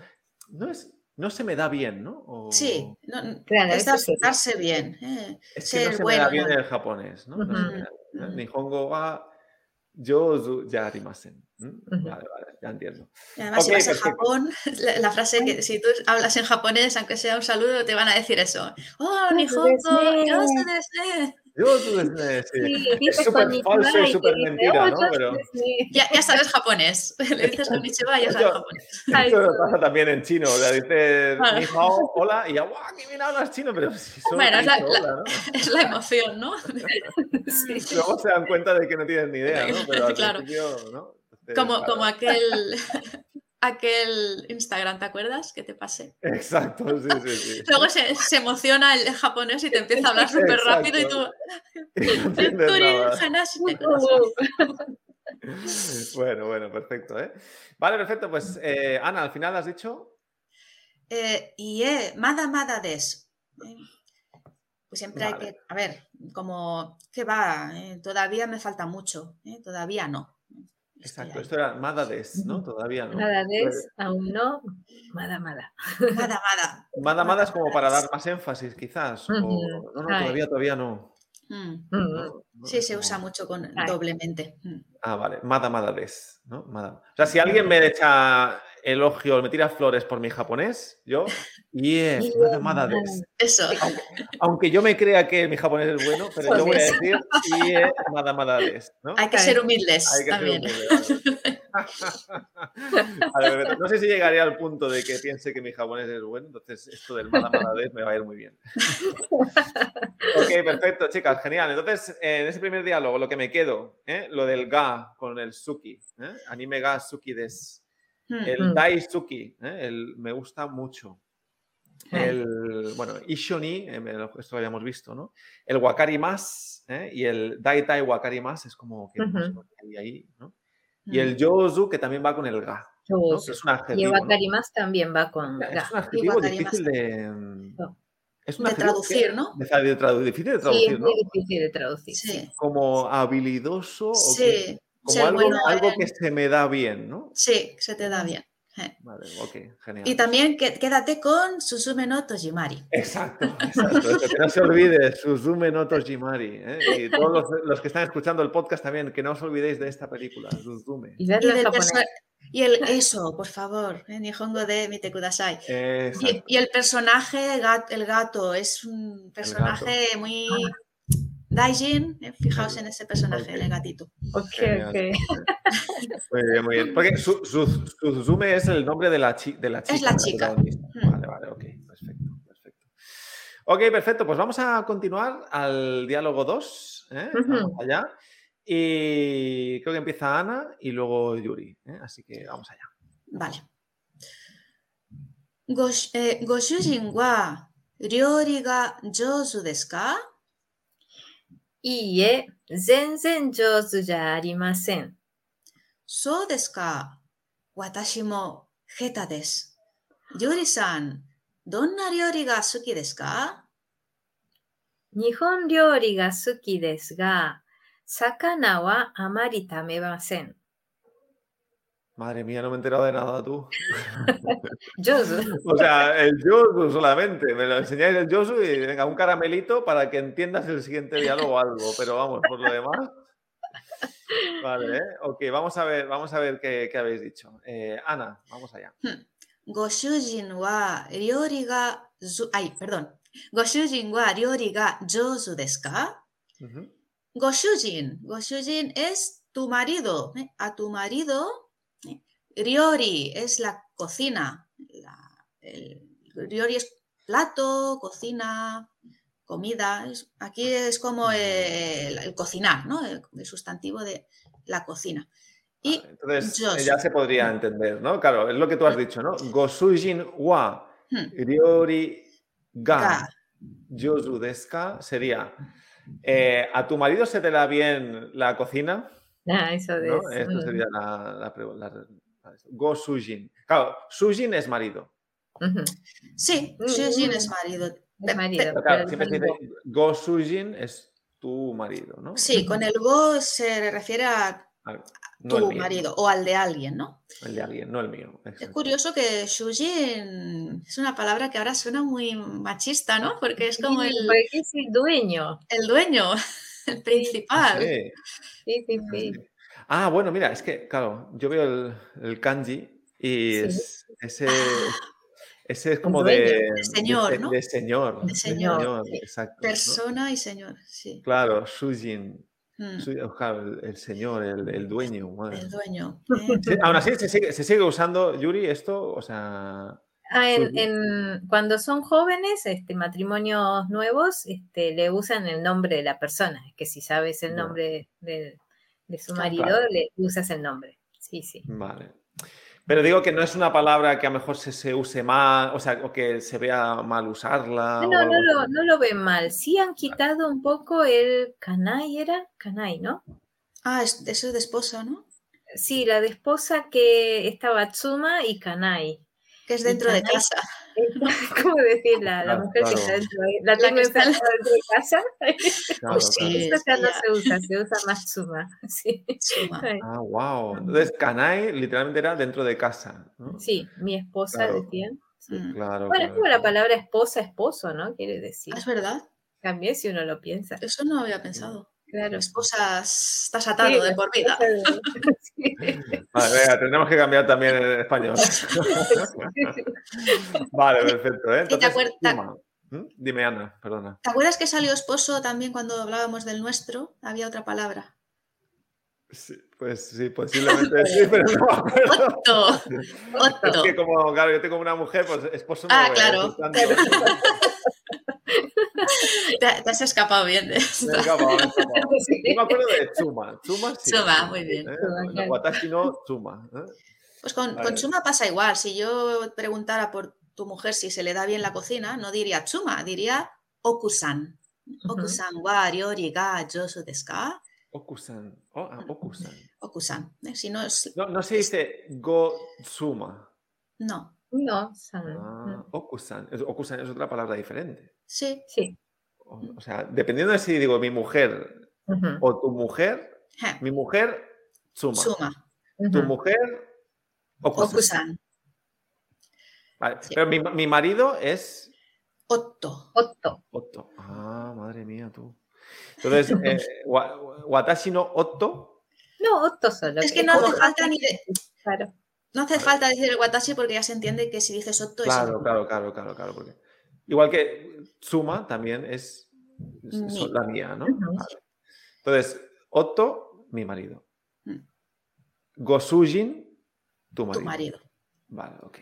[SPEAKER 2] no es, no se me da bien, ¿no? O-
[SPEAKER 4] Sí, no, no,
[SPEAKER 3] Claro,
[SPEAKER 4] es
[SPEAKER 3] eso
[SPEAKER 4] dar-
[SPEAKER 3] sí.
[SPEAKER 4] darse bien. eh. Mm.
[SPEAKER 2] Es que
[SPEAKER 4] ser
[SPEAKER 2] no se me
[SPEAKER 4] bueno,
[SPEAKER 2] da bien
[SPEAKER 4] no.
[SPEAKER 2] el japonés, ¿no? No se me da bien, ¿no?
[SPEAKER 4] Ujú.
[SPEAKER 2] Nihongo wa yozu ya arimasen. ¿Mm?
[SPEAKER 3] Ujú.
[SPEAKER 2] Vale, vale, ya entiendo.
[SPEAKER 4] Y además, si
[SPEAKER 2] Ok,
[SPEAKER 4] vas a
[SPEAKER 2] perfecto.
[SPEAKER 4] Japón, la, la frase que si tú hablas en japonés, aunque sea un saludo, te van a decir eso. ¡Oh, Nihongo!
[SPEAKER 3] desne.
[SPEAKER 4] yo soy desne".
[SPEAKER 2] Yozu desde- sí.
[SPEAKER 3] Sí,
[SPEAKER 2] Es
[SPEAKER 3] dice
[SPEAKER 2] súper
[SPEAKER 3] konnichiwa
[SPEAKER 2] falso y
[SPEAKER 3] te
[SPEAKER 2] súper
[SPEAKER 3] dice,
[SPEAKER 2] mentira,
[SPEAKER 3] "Oh,
[SPEAKER 2] ¿no?
[SPEAKER 3] yo
[SPEAKER 2] Pero
[SPEAKER 3] soy desne".
[SPEAKER 4] Ya, ya sabes japonés. Le dices konnichiwa y ya sabes
[SPEAKER 2] Yo-
[SPEAKER 4] japonés.
[SPEAKER 3] Ay,
[SPEAKER 2] esto
[SPEAKER 3] sí.
[SPEAKER 2] pasa también en chino. O sea, dices,
[SPEAKER 4] Claro.
[SPEAKER 2] "Ni hao, hola, y ya, guau, qué bien hablas chino, pero si solo
[SPEAKER 4] Bueno,
[SPEAKER 2] te he
[SPEAKER 4] es la-
[SPEAKER 2] dicho
[SPEAKER 4] la-
[SPEAKER 2] hola, ¿no?
[SPEAKER 4] Es la emoción, ¿no?
[SPEAKER 2] Luego se dan cuenta de que no tienen ni idea, ¿no? Pero al
[SPEAKER 4] Claro.
[SPEAKER 2] principio, ¿no? Este, Entonces,
[SPEAKER 4] Como,
[SPEAKER 2] claro.
[SPEAKER 4] como aquel, aquel Instagram, ¿te acuerdas? Que te pasé.
[SPEAKER 2] Exacto, sí, sí, sí.
[SPEAKER 4] Luego se, se emociona el japonés y te empieza a hablar súper rápido y tú...
[SPEAKER 2] No entiendes nada.
[SPEAKER 4] "Tenturi, hanashi te conoce".
[SPEAKER 2] Bueno, bueno, perfecto, ¿eh? Vale, perfecto. Pues, eh, Ana, al final has dicho...
[SPEAKER 4] Eh, y eh, mada mada des. Eh, Pues siempre hay
[SPEAKER 2] Vale.
[SPEAKER 4] que, a ver, como que va, Eh, todavía me falta mucho, Eh, todavía no. Estoy
[SPEAKER 2] Exacto,
[SPEAKER 4] ahí.
[SPEAKER 2] esto era Madades, ¿no? Todavía no.
[SPEAKER 3] Nada des, aún no, mada, mada.
[SPEAKER 4] Mada mada.
[SPEAKER 2] Mada, mada es como para
[SPEAKER 4] Mada,
[SPEAKER 2] dar más énfasis, quizás. o-
[SPEAKER 3] Ujú.
[SPEAKER 2] No, no,
[SPEAKER 3] Ay.
[SPEAKER 2] todavía, todavía no.
[SPEAKER 4] Mm,
[SPEAKER 3] Mm.
[SPEAKER 2] No, no,
[SPEAKER 4] Sí,
[SPEAKER 2] es
[SPEAKER 4] se
[SPEAKER 2] como-
[SPEAKER 4] usa mucho con
[SPEAKER 3] Ay.
[SPEAKER 4] doblemente. Mm.
[SPEAKER 2] Ah, vale. Mada, mada des, ¿no? Mada. O sea, si alguien me echa elogio, me tira flores por mi japonés, yo... Yeah,
[SPEAKER 3] Yeah.
[SPEAKER 2] mada, mada des.
[SPEAKER 4] Eso.
[SPEAKER 2] Aunque yo me crea que mi japonés es bueno, pero yo voy a decir "Yeah, mada mada des", ¿no?
[SPEAKER 4] Hay que
[SPEAKER 3] Ay.
[SPEAKER 4] ser humildes
[SPEAKER 2] Hay que ser
[SPEAKER 4] también.
[SPEAKER 2] humilde, vale. Vale, perfecto. No sé si llegaré al punto de que piense que mi japonés es bueno, entonces esto del mala mala des me va a ir muy bien. ok, perfecto, chicas, genial. Entonces, eh, en ese primer diálogo, lo que me quedo, ¿eh? lo del ga con el suki, ¿eh? anime ga suki des,
[SPEAKER 4] Mm.
[SPEAKER 2] el dai suki, ¿eh? el me gusta mucho. el bueno, Ishoni, eh, esto lo habíamos visto, ¿no? El Wakari más ¿eh? y el Daitai Wakari más es como que no sé
[SPEAKER 3] Ujú.
[SPEAKER 2] por qué hay ahí, ¿no?
[SPEAKER 4] mm.
[SPEAKER 2] Y el Yozu que también va con el Ga, ¿no?
[SPEAKER 3] Yosu.
[SPEAKER 2] Que es un
[SPEAKER 3] Y el
[SPEAKER 2] adjetivo. ¿no?
[SPEAKER 3] Wakarimas también va con
[SPEAKER 2] Es
[SPEAKER 3] ga.
[SPEAKER 2] un adjetivo
[SPEAKER 4] Wakari
[SPEAKER 2] difícil
[SPEAKER 4] más.
[SPEAKER 2] de. Es un
[SPEAKER 4] De
[SPEAKER 2] adjetivo
[SPEAKER 4] traducir,
[SPEAKER 2] que-
[SPEAKER 4] ¿no?
[SPEAKER 2] de tra- de tradu- difícil de
[SPEAKER 3] Sí,
[SPEAKER 2] traducir,
[SPEAKER 3] es
[SPEAKER 2] ¿no?
[SPEAKER 3] muy difícil de traducir.
[SPEAKER 4] Sí,
[SPEAKER 2] Como habilidoso o que-
[SPEAKER 4] sí.
[SPEAKER 2] como
[SPEAKER 4] ser
[SPEAKER 2] algo,
[SPEAKER 4] bueno
[SPEAKER 2] algo
[SPEAKER 4] en-
[SPEAKER 2] que se me da bien, ¿no?
[SPEAKER 4] Sí, se te da bien.
[SPEAKER 2] Vale, ok, genial.
[SPEAKER 4] Y también que- quédate con Susume no Tojimari.
[SPEAKER 2] Exacto, exacto. eso, que no se olvide, Suzume no Tojimari. ¿eh? Y todos los, los que están escuchando el podcast también, que no os olvidéis de esta película, Suzume.
[SPEAKER 3] Y verlo
[SPEAKER 4] Y,
[SPEAKER 3] en
[SPEAKER 4] del
[SPEAKER 3] japonés.
[SPEAKER 4] perso- y el eso, por favor, eh, Nihongo de Mite Kudasai. Y,
[SPEAKER 2] Exacto.
[SPEAKER 4] y el personaje, el gat- el gato, es un personaje muy Daijin. eh, Fijaos en ese personaje,
[SPEAKER 2] Ok.
[SPEAKER 4] el gatito.
[SPEAKER 3] Ok,
[SPEAKER 2] Genial.
[SPEAKER 3] ok.
[SPEAKER 2] Muy bien, muy bien. Porque su, su- Suzume es el nombre de la, chi- de la chica.
[SPEAKER 4] la chica.
[SPEAKER 2] protagonista.
[SPEAKER 4] Mm.
[SPEAKER 2] Vale, vale, ok, perfecto, perfecto. Ok, perfecto, pues vamos a continuar al diálogo 2. ¿eh?
[SPEAKER 3] Ujú.
[SPEAKER 2] Vamos allá. Y creo que empieza Ana y luego Yuri. ¿eh? Así que vamos allá.
[SPEAKER 4] Vale. Gosh- eh, Goshujin wa ryori ga jouzu desu ka?
[SPEAKER 3] いいえ、全然上手じゃありません。
[SPEAKER 4] そうですか。私も下手です。ゆりさん、どんな料理が好きですか
[SPEAKER 3] 日本料理が好きですが、魚はあまり食べません。
[SPEAKER 2] Madre mía, no me he enterado de nada tú.
[SPEAKER 3] 上手
[SPEAKER 2] O sea, el Yosu solamente. Me lo enseñáis el Yosu y venga, un caramelito para que entiendas el siguiente diálogo o algo. Pero vamos, por lo demás. Vale, ¿eh? ok, vamos a ver, vamos a ver qué, qué habéis dicho. Eh, Ana, vamos allá.
[SPEAKER 4] ご主人は料理がず、あい、pardon。ご主人は料理が上手ですか
[SPEAKER 2] Ujú.
[SPEAKER 4] ご主人、ご主人 es tu marido, ¿eh? a tu marido. ¿eh? Ryori es la cocina. la- el, ryori es plato, cocina, comida. es- aquí es como eh, el, el cocinar, ¿no? El, el sustantivo de la cocina. Y
[SPEAKER 2] Vale, entonces
[SPEAKER 4] Yosu.
[SPEAKER 2] eh, ya se podría entender, ¿no? Claro, es lo que tú has dicho, ¿no? Gosujin wa
[SPEAKER 4] Hmm.
[SPEAKER 2] ryori ga
[SPEAKER 4] ga,
[SPEAKER 2] yosu desu ka sería. eh, ¿A tu marido se te da bien la cocina?
[SPEAKER 3] はい、そうで
[SPEAKER 2] ¿no?
[SPEAKER 3] す。
[SPEAKER 2] Esto
[SPEAKER 3] うん
[SPEAKER 2] sería
[SPEAKER 4] mm.
[SPEAKER 2] la, la pregu- la re- la- Go Sujin. Claro, Sujin es marido.
[SPEAKER 3] うんうん
[SPEAKER 4] sí,
[SPEAKER 3] Mm,
[SPEAKER 4] Shujin
[SPEAKER 3] mm.
[SPEAKER 4] es marido.
[SPEAKER 3] Es marido.
[SPEAKER 4] Pe-
[SPEAKER 2] Pero
[SPEAKER 4] pe-
[SPEAKER 2] claro,
[SPEAKER 3] Pero
[SPEAKER 2] siempre se
[SPEAKER 3] el
[SPEAKER 2] dice Go Sujin es tu marido, ¿no?
[SPEAKER 4] Sí, con el go se refiere a
[SPEAKER 2] No el
[SPEAKER 4] tu
[SPEAKER 2] mío,
[SPEAKER 4] marido o al de alguien, ¿no?
[SPEAKER 2] El de alguien, no el mío.
[SPEAKER 4] Es
[SPEAKER 2] exacto.
[SPEAKER 4] curioso que shujin es una palabra que ahora suena muy machista, ¿no? Porque es como el,
[SPEAKER 2] pues.
[SPEAKER 3] Porque es el dueño.
[SPEAKER 4] el dueño, el principal.
[SPEAKER 2] Ah, Sí,
[SPEAKER 3] Sí, sí, sí.
[SPEAKER 2] Ah, bueno, mira, es que, claro, yo veo el, el kanji y
[SPEAKER 3] Sí.
[SPEAKER 2] es- ese,
[SPEAKER 4] Ah,
[SPEAKER 2] ese es como
[SPEAKER 3] dueño,
[SPEAKER 2] de,
[SPEAKER 4] de señor,
[SPEAKER 2] de,
[SPEAKER 4] ¿no?
[SPEAKER 2] de señor.
[SPEAKER 4] De señor,
[SPEAKER 3] sí.
[SPEAKER 2] exacto. ¿no?
[SPEAKER 4] persona y señor, sí.
[SPEAKER 2] Claro, Sujin.
[SPEAKER 4] Mm,
[SPEAKER 2] Su- claro, el, el señor, el, el dueño. madre.
[SPEAKER 4] el dueño. ¿eh?
[SPEAKER 2] Sí, aún así se sigue, se sigue usando, Yuri, esto, o sea.
[SPEAKER 3] Ah, en-
[SPEAKER 2] Sí.
[SPEAKER 3] en- cuando son jóvenes, este, matrimonios nuevos, este, le usan el nombre de la persona. Es que si sabes el
[SPEAKER 2] Ya.
[SPEAKER 3] nombre de, de su
[SPEAKER 4] Ah,
[SPEAKER 3] marido,
[SPEAKER 2] claro.
[SPEAKER 3] le usas el nombre. Sí, sí.
[SPEAKER 2] Vale. Pero digo que no es una palabra que a lo mejor se, se use mal, o sea, o que se vea mal usarla.
[SPEAKER 3] No,
[SPEAKER 2] o
[SPEAKER 3] no,
[SPEAKER 2] algo
[SPEAKER 3] no lo,
[SPEAKER 2] así.
[SPEAKER 3] no lo ven mal. Sí han quitado un poco el canai, era canai, ¿no?
[SPEAKER 4] Ah, es- eso de esposa, ¿no?
[SPEAKER 3] Sí, la de esposa que estaba Tsuma y canai.
[SPEAKER 4] Que es dentro de casa.
[SPEAKER 3] ¿Cómo decir la, la
[SPEAKER 2] Claro,
[SPEAKER 3] mujer que
[SPEAKER 2] Ah, claro.
[SPEAKER 3] está dentro de, la
[SPEAKER 4] La que
[SPEAKER 3] tengo
[SPEAKER 4] está-
[SPEAKER 3] encerrada dentro de casa?
[SPEAKER 2] Claro,
[SPEAKER 4] Pues sí.
[SPEAKER 3] Esa ya no
[SPEAKER 4] ya.
[SPEAKER 3] se usa, se usa más Tsuma. Sí.
[SPEAKER 4] Suma.
[SPEAKER 2] claro. Ah, wow. Entonces, Kanai literalmente era dentro de casa. ¿no?
[SPEAKER 3] Sí, mi esposa
[SPEAKER 2] Claro.
[SPEAKER 3] decían. sí.
[SPEAKER 4] Mm.
[SPEAKER 2] Claro.
[SPEAKER 3] Bueno, es
[SPEAKER 2] claro.
[SPEAKER 3] como la palabra esposa, esposo, ¿no? Quiere decir.
[SPEAKER 4] Ah, Es verdad,
[SPEAKER 3] También si uno lo piensa.
[SPEAKER 4] eso no había pensado.
[SPEAKER 3] Claro.
[SPEAKER 4] Esposas, estás atado de por vida.
[SPEAKER 3] Sí.
[SPEAKER 2] Vale, venga, tendremos que cambiar también el español. vale, perfecto. ¿eh?
[SPEAKER 4] te
[SPEAKER 2] Entonces,
[SPEAKER 4] acuer-
[SPEAKER 2] Tsuma. ¿Mm? Dime, Ana, perdona.
[SPEAKER 4] ¿Te acuerdas que salió esposo también cuando hablábamos del nuestro? Había otra palabra.
[SPEAKER 2] Sí, pues sí, posiblemente sí, pero no me acuerdo.
[SPEAKER 4] Otto.
[SPEAKER 2] Es
[SPEAKER 4] Otto.
[SPEAKER 2] que como, claro, yo tengo una mujer, pues esposo no
[SPEAKER 4] Ah,
[SPEAKER 2] lo veo,
[SPEAKER 4] claro.
[SPEAKER 2] por tanto,
[SPEAKER 4] Te, te has escapado bien de esto.
[SPEAKER 2] venga, va, venga, va.
[SPEAKER 3] Sí.
[SPEAKER 2] Yo me acuerdo de Tsuma. Tsuma sí.
[SPEAKER 4] Tsuma, muy bien.
[SPEAKER 2] ¿eh?
[SPEAKER 3] Tsuma,
[SPEAKER 2] No,
[SPEAKER 3] claro.
[SPEAKER 2] Watashi no Tsuma. ¿eh?
[SPEAKER 4] Pues con,
[SPEAKER 2] Vale.
[SPEAKER 4] con Suma pasa igual. Si yo preguntara por tu mujer, si se le da bien la cocina, no diría chuma, diría okusan. Okusan wa ryori ga yosu desu ka?
[SPEAKER 2] Okusan. Oh, ah, okusan.
[SPEAKER 4] Okusan. ¿eh? Si no, es-
[SPEAKER 2] No, no se dice Gotsuma.
[SPEAKER 4] no.
[SPEAKER 3] No, san.
[SPEAKER 2] Ah, okusan. Es- Okusan es otra palabra diferente.
[SPEAKER 4] Sí.
[SPEAKER 3] Sí.
[SPEAKER 2] O o sea, dependiendo de si digo mi mujer
[SPEAKER 3] Ujú,
[SPEAKER 2] o tu mujer,
[SPEAKER 4] Je,
[SPEAKER 2] mi mujer, Tsuma.
[SPEAKER 4] Suma.
[SPEAKER 2] Tu
[SPEAKER 3] ujú.
[SPEAKER 2] mujer, Okusan.
[SPEAKER 4] Okusan.
[SPEAKER 2] Vale,
[SPEAKER 4] Sí.
[SPEAKER 2] Pero mi, mi marido es
[SPEAKER 4] Otto.
[SPEAKER 3] Otto.
[SPEAKER 2] Otto. Ah, madre mía, tú. Entonces, eh, wa- wa- Watashi no Otto.
[SPEAKER 3] No, Otto solo.
[SPEAKER 4] Es que no hace
[SPEAKER 3] Otto.
[SPEAKER 4] falta ni de-
[SPEAKER 3] Claro.
[SPEAKER 4] no hace falta decir el watashi porque ya se entiende que si dices Otto es
[SPEAKER 2] Claro,
[SPEAKER 4] Otto.
[SPEAKER 2] claro, claro, claro, claro. porque- Igual que Tsuma también es, es- es
[SPEAKER 4] Mi.
[SPEAKER 2] la mía, ¿no?
[SPEAKER 3] Ujú.
[SPEAKER 2] Vale. Entonces, Otto, mi marido.
[SPEAKER 4] Mm.
[SPEAKER 2] Gosujin, tu marido.
[SPEAKER 4] tu marido.
[SPEAKER 2] Vale, ok.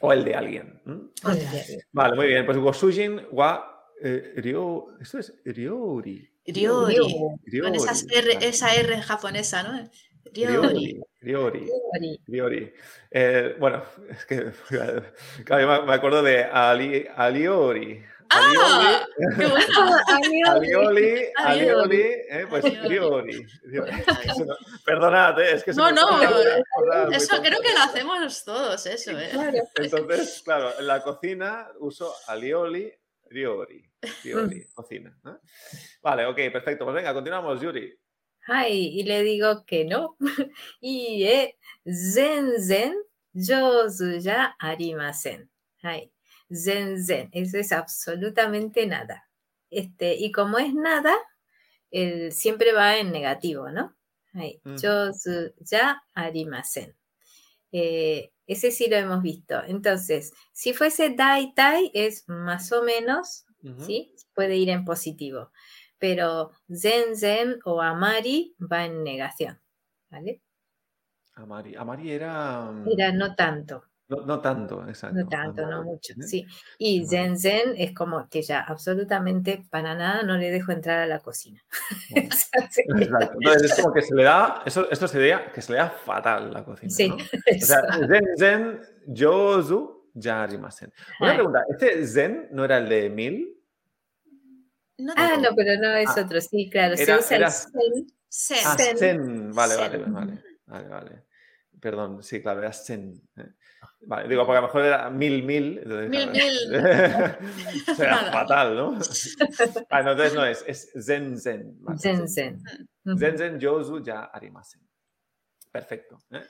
[SPEAKER 2] O el de alguien. ¿m?
[SPEAKER 3] Muy
[SPEAKER 4] Otto.
[SPEAKER 3] bien.
[SPEAKER 2] Vale, muy bien. Pues Gosujin wa eh, ryo- Esto es Ryori.
[SPEAKER 4] Ryori. Con
[SPEAKER 2] Ryori.
[SPEAKER 4] esas R,
[SPEAKER 2] Vale.
[SPEAKER 4] esa R japonesa, ¿no? Ryori.
[SPEAKER 2] Ryori. Ryori.
[SPEAKER 3] Yori.
[SPEAKER 2] Priori. Eh, bueno, es que claro, yo me- me acuerdo de Ali, Aliori.
[SPEAKER 4] ¡Ah! Qué bueno.
[SPEAKER 2] Alioli, Alioli,
[SPEAKER 4] Alioli.
[SPEAKER 2] eh, pues
[SPEAKER 4] Alioli.
[SPEAKER 2] Priori. Eso no- Perdonad, eh, es que se
[SPEAKER 4] No,
[SPEAKER 2] me-
[SPEAKER 4] no,
[SPEAKER 2] me acabo de acordar muy
[SPEAKER 4] Eso creo
[SPEAKER 2] tonto.
[SPEAKER 4] que lo hacemos todos, eso, ¿eh?
[SPEAKER 3] Claro.
[SPEAKER 2] Entonces, claro, en la cocina uso Alioli, Priori. Priori,
[SPEAKER 4] Mm.
[SPEAKER 2] cocina. ¿no? Vale, ok, perfecto. Pues venga, continuamos, Yuri.
[SPEAKER 3] Ay, y le digo que no. Y eh, zen zen, yozu ya arimasen. Ay, zen zen, eso es absolutamente nada. Este, y como es nada, el siempre va en negativo, ¿no? Ay,
[SPEAKER 2] Ujú.
[SPEAKER 3] yozu ya arimasen. Eh, ese sí lo hemos visto. Entonces, si fuese dai tai, es más o menos,
[SPEAKER 2] Ujú.
[SPEAKER 3] ¿sí? Puede ir en positivo. Pero zen zen o amari va en negación, ¿vale?
[SPEAKER 2] Amari. Amari era. mm,
[SPEAKER 3] Era no tanto,
[SPEAKER 2] No, no tanto, exacto.
[SPEAKER 3] no tanto, no
[SPEAKER 2] Amari,
[SPEAKER 3] mucho,
[SPEAKER 2] ¿eh?
[SPEAKER 3] sí. Y
[SPEAKER 2] Amari.
[SPEAKER 3] zen zen es como que ya absolutamente para nada no le dejo entrar a la cocina.
[SPEAKER 2] Bueno.
[SPEAKER 3] O sea, se-
[SPEAKER 2] Exacto. Entonces es como que se le da, eso, esto sería que se le da fatal la cocina.
[SPEAKER 3] Sí,
[SPEAKER 2] ¿no? O sea, zen, zen, yozu, ya arimasen. Una
[SPEAKER 3] Ay.
[SPEAKER 2] pregunta, ¿este zen no era el de mil?
[SPEAKER 4] No
[SPEAKER 3] Ah,
[SPEAKER 4] digo
[SPEAKER 3] no, pero no es
[SPEAKER 2] Ah,
[SPEAKER 3] otro, sí, claro, se
[SPEAKER 2] era-
[SPEAKER 3] usa el
[SPEAKER 2] era-
[SPEAKER 3] zen,
[SPEAKER 4] sen.
[SPEAKER 2] Ah,
[SPEAKER 3] Zen.
[SPEAKER 2] zen. Vale,
[SPEAKER 4] Zen.
[SPEAKER 2] vale, vale, vale, vale. Perdón, sí, claro, era zen. ¿eh? Vale, digo, porque a lo mejor era mil, mil. entonces,
[SPEAKER 4] Mil,
[SPEAKER 2] claro, Será
[SPEAKER 4] Nada.
[SPEAKER 2] fatal, ¿no? Ah, no, entonces no es, es zen, zen. vale,
[SPEAKER 3] zen zen. Ujú.
[SPEAKER 2] Zen Zen Yozu ya arimasen. Perfecto. ¿eh?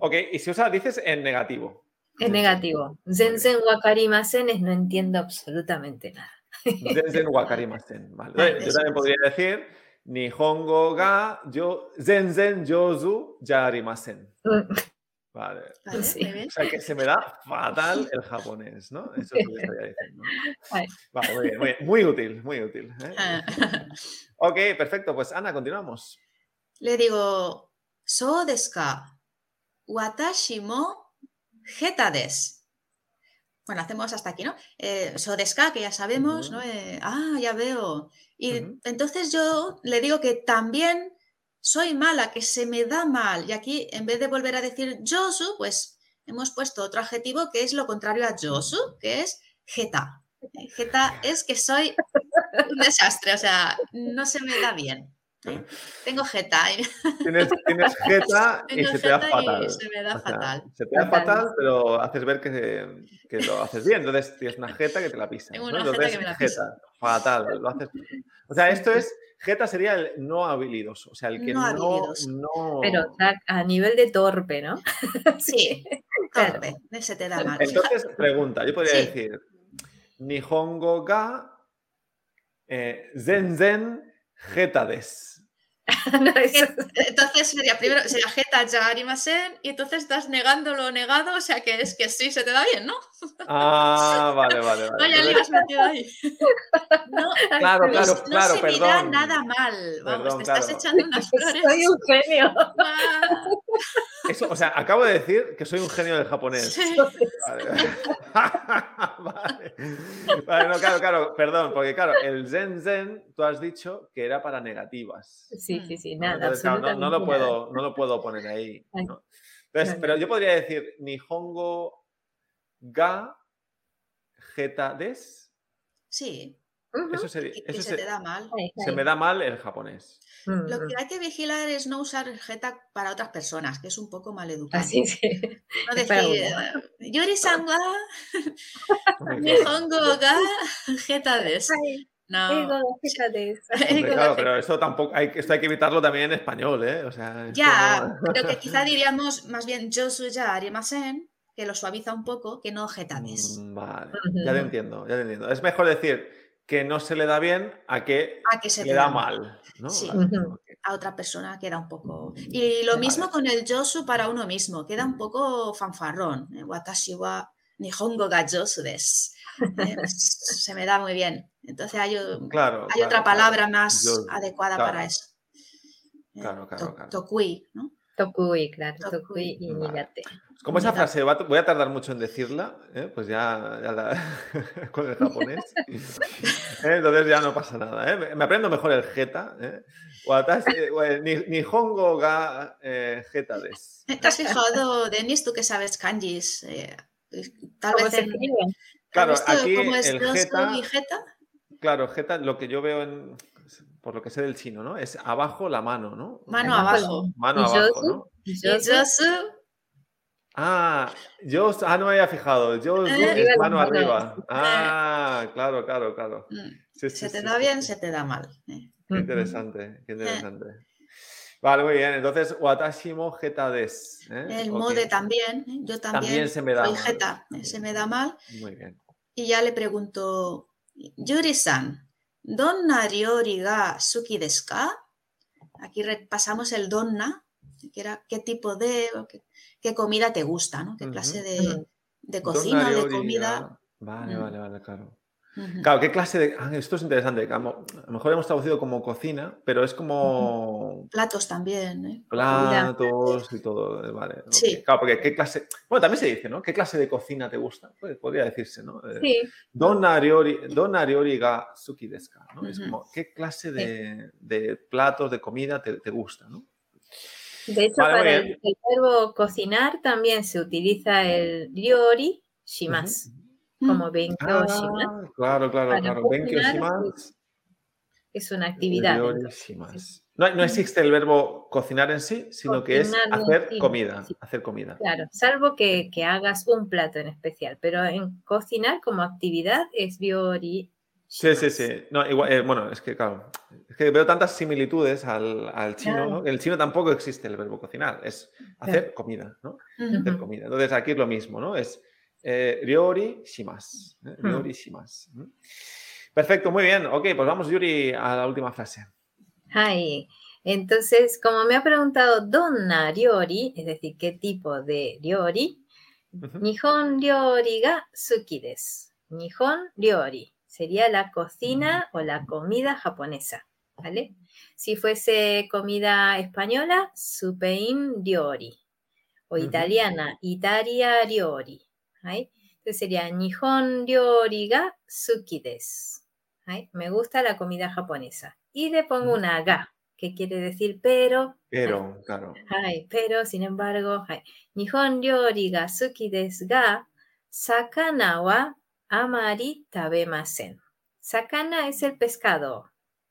[SPEAKER 2] Ok, y si os la dices en negativo.
[SPEAKER 3] Es negativo.
[SPEAKER 2] bien.
[SPEAKER 3] Zen zen wakarimasen es no entiendo absolutamente nada.
[SPEAKER 2] Zen Zen wakarimasen. Vale.
[SPEAKER 4] Vale,
[SPEAKER 2] Yo
[SPEAKER 4] eso
[SPEAKER 2] también
[SPEAKER 4] es.
[SPEAKER 2] podría decir Nihongo ga yo, Zen Zen Yozu ya arimasen.
[SPEAKER 3] Mm.
[SPEAKER 2] Vale.
[SPEAKER 4] Vale,
[SPEAKER 3] Sí.
[SPEAKER 4] muy bien.
[SPEAKER 2] O sea que se me da fatal el japonés, ¿no? Eso es lo que estaría diciendo.
[SPEAKER 3] Vale.
[SPEAKER 2] Vale, muy bien, muy bien. Muy útil, muy útil. ¿eh?
[SPEAKER 4] Ah.
[SPEAKER 2] Ok, perfecto. Pues Ana, continuamos.
[SPEAKER 4] Le digo, so desu ka. Watashi mo jeta desu. Bueno, hacemos hasta aquí, ¿no? Eh, so desu ka, que ya sabemos, ¿no? Eh, ah, ya veo. Y
[SPEAKER 2] Ujú.
[SPEAKER 4] entonces yo le digo que también soy mala, que se me da mal. Y aquí, en vez de volver a decir yosu, pues hemos puesto otro adjetivo que es lo contrario a yosu, que es jeta. Eh, Jeta es que soy un desastre, o sea, no se me da bien. ¿eh? Tengo jeta. y-
[SPEAKER 2] Tienes, tienes jeta y
[SPEAKER 4] tengo
[SPEAKER 2] se te da
[SPEAKER 4] jeta y
[SPEAKER 2] fatal.
[SPEAKER 4] se me da
[SPEAKER 2] O sea,
[SPEAKER 4] fatal.
[SPEAKER 2] Se te da
[SPEAKER 3] Fatal.
[SPEAKER 2] fatal, pero haces ver que, que lo haces bien. Entonces tienes una jeta que te la pisas.
[SPEAKER 4] Tengo
[SPEAKER 2] ¿no?
[SPEAKER 4] una jeta
[SPEAKER 2] Entonces,
[SPEAKER 4] que me la piso.
[SPEAKER 2] fatal, lo haces. O sea, esto es, jeta sería el no habilidoso, o sea, el que
[SPEAKER 4] No
[SPEAKER 2] no, no,
[SPEAKER 4] habilidoso.
[SPEAKER 3] Pero
[SPEAKER 2] Oh.
[SPEAKER 3] ta- a nivel de torpe, ¿no?
[SPEAKER 4] Sí,
[SPEAKER 3] Claro.
[SPEAKER 4] torpe, se te da mal.
[SPEAKER 2] Entonces, pregunta, yo podría
[SPEAKER 4] Sí.
[SPEAKER 2] decir, Nihongo ga eh, zen zen jeta des.
[SPEAKER 3] No, eso-
[SPEAKER 4] Entonces sería primero, sería jeta ya arimasen y entonces estás negando lo negado, o sea que es que sí se te da bien, ¿no?
[SPEAKER 2] Ah, vale, vale, vale.
[SPEAKER 4] Vaya, le
[SPEAKER 2] Entonces,
[SPEAKER 4] has metido ahí. No,
[SPEAKER 2] claro,
[SPEAKER 4] no
[SPEAKER 2] claro,
[SPEAKER 4] se- no
[SPEAKER 2] claro,
[SPEAKER 4] se me da
[SPEAKER 2] perdón.
[SPEAKER 4] nada mal. Vamos,
[SPEAKER 2] Perdón,
[SPEAKER 4] te estás
[SPEAKER 2] claro.
[SPEAKER 4] echando unas flores.
[SPEAKER 3] Soy un genio.
[SPEAKER 4] Ah,
[SPEAKER 2] Eso, o sea, acabo de decir que soy un genio del japonés.
[SPEAKER 4] sí.
[SPEAKER 2] Vale. vale. Vale, no, claro, claro, perdón, porque claro, el zen zen, tú has dicho que era para negativas.
[SPEAKER 3] Sí, sí, sí,
[SPEAKER 2] ¿no?
[SPEAKER 3] nada,
[SPEAKER 2] Entonces, claro, no, no
[SPEAKER 3] absolutamente
[SPEAKER 2] lo puedo, no lo puedo poner ahí. ¿no? Entonces,
[SPEAKER 3] Vale.
[SPEAKER 2] pero yo podría decir Nihongo ga Geta des.
[SPEAKER 4] Sí,
[SPEAKER 3] Ujú.
[SPEAKER 2] Eso sería.
[SPEAKER 4] que, que
[SPEAKER 2] eso
[SPEAKER 4] se,
[SPEAKER 2] se-
[SPEAKER 4] te da mal.
[SPEAKER 3] Ahí está,
[SPEAKER 2] se
[SPEAKER 3] ahí.
[SPEAKER 2] me da mal el japonés.
[SPEAKER 3] Mm,
[SPEAKER 4] Lo
[SPEAKER 3] mm.
[SPEAKER 4] que hay que vigilar es no usar jeta para otras personas, que es un poco maleducado.
[SPEAKER 3] Así que.
[SPEAKER 4] No
[SPEAKER 3] es para
[SPEAKER 4] decir, Yori-san wa Nihongo ga jeta des. No.
[SPEAKER 2] Hombre, claro, pero eso tampoco hay, que- esto hay que evitarlo también en español, ¿eh? O sea, esto
[SPEAKER 4] Ya,
[SPEAKER 2] no-
[SPEAKER 4] pero que quizá diríamos más bien yo soy ya arimasen, que lo suaviza un poco, que no jeta des.
[SPEAKER 2] Mm, Vale, ya te
[SPEAKER 3] Ujú.
[SPEAKER 2] entiendo, ya te entiendo. Es mejor decir que no se le da bien a que
[SPEAKER 4] A que se
[SPEAKER 2] le
[SPEAKER 4] te
[SPEAKER 2] da
[SPEAKER 4] da
[SPEAKER 2] mal, ¿no?
[SPEAKER 4] Sí.
[SPEAKER 2] Vale,
[SPEAKER 3] Ujú.
[SPEAKER 2] ok.
[SPEAKER 4] a otra persona queda un poco. Y
[SPEAKER 2] Mm,
[SPEAKER 4] lo
[SPEAKER 2] Vale.
[SPEAKER 4] mismo con el yosu para uno mismo, queda un poco fanfarrón. eh, Watashi wa nihongo ga yosu desu. Eh, Se me da muy bien. Entonces hay, o-
[SPEAKER 2] Claro.
[SPEAKER 4] hay
[SPEAKER 2] claro,
[SPEAKER 4] otra
[SPEAKER 2] claro.
[SPEAKER 4] palabra más
[SPEAKER 2] Yo-
[SPEAKER 4] adecuada
[SPEAKER 2] claro.
[SPEAKER 4] para eso. Eh,
[SPEAKER 2] Claro, claro,
[SPEAKER 4] to-
[SPEAKER 2] claro.
[SPEAKER 4] Tokui, ¿no?
[SPEAKER 3] Tokui, claro,
[SPEAKER 4] Tokui.
[SPEAKER 3] Tokui y
[SPEAKER 2] Vale.
[SPEAKER 3] Nigate.
[SPEAKER 2] Es Como esa
[SPEAKER 4] Mira.
[SPEAKER 2] frase, va- voy a tardar mucho en decirla, ¿eh? pues ya, ya la- con el japonés. ¿eh? Entonces ya no pasa nada. ¿eh? Me- Me aprendo mejor el jeta. ¿eh? Watashi- wa- ni- Nihongo ga eh, jeta des.
[SPEAKER 4] ¿Te has fijado, Denis, tú que sabes kanjis? eh, tal
[SPEAKER 3] ¿Cómo
[SPEAKER 4] vez
[SPEAKER 3] se
[SPEAKER 4] en- ¿has
[SPEAKER 3] escriben?
[SPEAKER 2] Claro,
[SPEAKER 4] visto
[SPEAKER 2] aquí
[SPEAKER 4] cómo es
[SPEAKER 2] el
[SPEAKER 4] yosu
[SPEAKER 2] jeta-
[SPEAKER 4] y jeta?
[SPEAKER 2] Claro, jeta, lo que yo veo en, por lo que sé del chino, ¿no? Es abajo la mano, ¿no?
[SPEAKER 4] Mano
[SPEAKER 3] Abajo la
[SPEAKER 4] abajo.
[SPEAKER 2] Mano
[SPEAKER 3] Y
[SPEAKER 2] abajo,
[SPEAKER 3] yosu.
[SPEAKER 2] Ah, ¿no?
[SPEAKER 4] Y yosu
[SPEAKER 2] Ah, yo, ah, no me había fijado. Yo
[SPEAKER 4] Eh,
[SPEAKER 2] es
[SPEAKER 3] arriba,
[SPEAKER 2] mano
[SPEAKER 3] mano.
[SPEAKER 2] arriba. Ah, claro, claro, claro.
[SPEAKER 4] mm,
[SPEAKER 2] Sí, sí,
[SPEAKER 4] se te
[SPEAKER 2] sí,
[SPEAKER 4] da
[SPEAKER 2] sí,
[SPEAKER 4] bien,
[SPEAKER 2] sí.
[SPEAKER 4] se te Eh. da mal. eh.
[SPEAKER 2] Qué interesante, qué interesante. Vale, muy bien. Entonces, Watashimo Geta des. ¿eh?
[SPEAKER 4] El
[SPEAKER 2] Ok,
[SPEAKER 4] mode también, ¿eh? yo
[SPEAKER 2] También
[SPEAKER 4] también,
[SPEAKER 2] se me da.
[SPEAKER 4] soy
[SPEAKER 2] mal.
[SPEAKER 4] jeta, eh, se me da mal.
[SPEAKER 2] Muy bien.
[SPEAKER 4] Y ya le pregunto, Yuri-san, ¿donna ryori ga suki desu ka? Aquí repasamos el donna, que era qué tipo de, o qué, qué comida te gusta, ¿no? ¿Qué
[SPEAKER 2] Ujú.
[SPEAKER 4] clase
[SPEAKER 3] Ujú.
[SPEAKER 4] de, de cocina o de
[SPEAKER 2] Donnariori,
[SPEAKER 4] comida?
[SPEAKER 2] ah, Vale,
[SPEAKER 4] Mm.
[SPEAKER 2] vale, vale, claro.
[SPEAKER 4] Ujú.
[SPEAKER 2] Claro, ¿qué clase de.? ah, esto es interesante. que A mo- a lo mejor hemos traducido como cocina, pero es como
[SPEAKER 4] Platos también, ¿eh?
[SPEAKER 2] platos y todo. eh, Vale. ok.
[SPEAKER 4] Sí.
[SPEAKER 2] Claro, porque qué clase. Bueno, también se dice, ¿no? ¿Qué clase de cocina te gusta? Pues podría decirse, ¿no? Eh,
[SPEAKER 3] Sí,
[SPEAKER 2] Donariori, donariori ga suki desu ka, ¿no? Es
[SPEAKER 4] Ujú.
[SPEAKER 2] como, ¿qué clase de, de platos, de comida te, te gusta, no?
[SPEAKER 3] de hecho,
[SPEAKER 2] Vale, muy
[SPEAKER 3] para el,
[SPEAKER 2] bien.
[SPEAKER 3] el verbo cocinar también se utiliza el ryori shimasu, como benkyo
[SPEAKER 2] Ah,
[SPEAKER 3] shimasu.
[SPEAKER 2] claro, claro,
[SPEAKER 3] Para
[SPEAKER 2] claro.
[SPEAKER 3] cocinar,
[SPEAKER 2] Benkyo shimasu,
[SPEAKER 3] Es una actividad.
[SPEAKER 2] ryori shimasu. No, no existe el verbo cocinar en sí, sino que es
[SPEAKER 3] Cocinar en
[SPEAKER 2] hacer
[SPEAKER 3] sí,
[SPEAKER 2] comida,
[SPEAKER 3] sí.
[SPEAKER 2] hacer comida.
[SPEAKER 3] Claro, salvo que, que hagas un plato en especial, pero en cocinar como actividad es ryori
[SPEAKER 2] Sí,
[SPEAKER 3] shimasu.
[SPEAKER 2] sí, sí. No, igual, eh, bueno, es que claro, es que veo tantas similitudes al, al chino,
[SPEAKER 3] Claro.
[SPEAKER 2] ¿no? En El chino tampoco existe el verbo cocinar, es hacer comida, ¿no?
[SPEAKER 4] Ujú.
[SPEAKER 2] hacer
[SPEAKER 3] Ujú.
[SPEAKER 2] comida. Entonces aquí es lo mismo, ¿no? Es eh, ryori shimas. ¿eh? Ryori shimas. ¿eh? Perfecto, muy bien. Ok, pues vamos, Yuri, a la última frase.
[SPEAKER 3] Ay, entonces, como me ha preguntado Donna Ryori, es decir, qué tipo de Ryori,
[SPEAKER 2] Ujú.
[SPEAKER 3] Nihon Ryori ga suki desu. Nihon Ryori sería la cocina o
[SPEAKER 2] Mm.
[SPEAKER 3] la comida japonesa, ¿vale? Si fuese comida española, Supein Ryori. O
[SPEAKER 2] Ujú.
[SPEAKER 3] italiana, Italia Ryori. ¿Ay? Entonces sería Nihon Ryori ga suki desu. ¿Ay? Me gusta la comida japonesa. Y le pongo
[SPEAKER 2] Ujú.
[SPEAKER 3] una ga, que quiere decir pero,
[SPEAKER 2] Pero, claro.
[SPEAKER 3] Ay, pero sin embargo, ay, Nihon ryori ga suki desu ga, sakana wa amari tabemasen. Sakana es el pescado.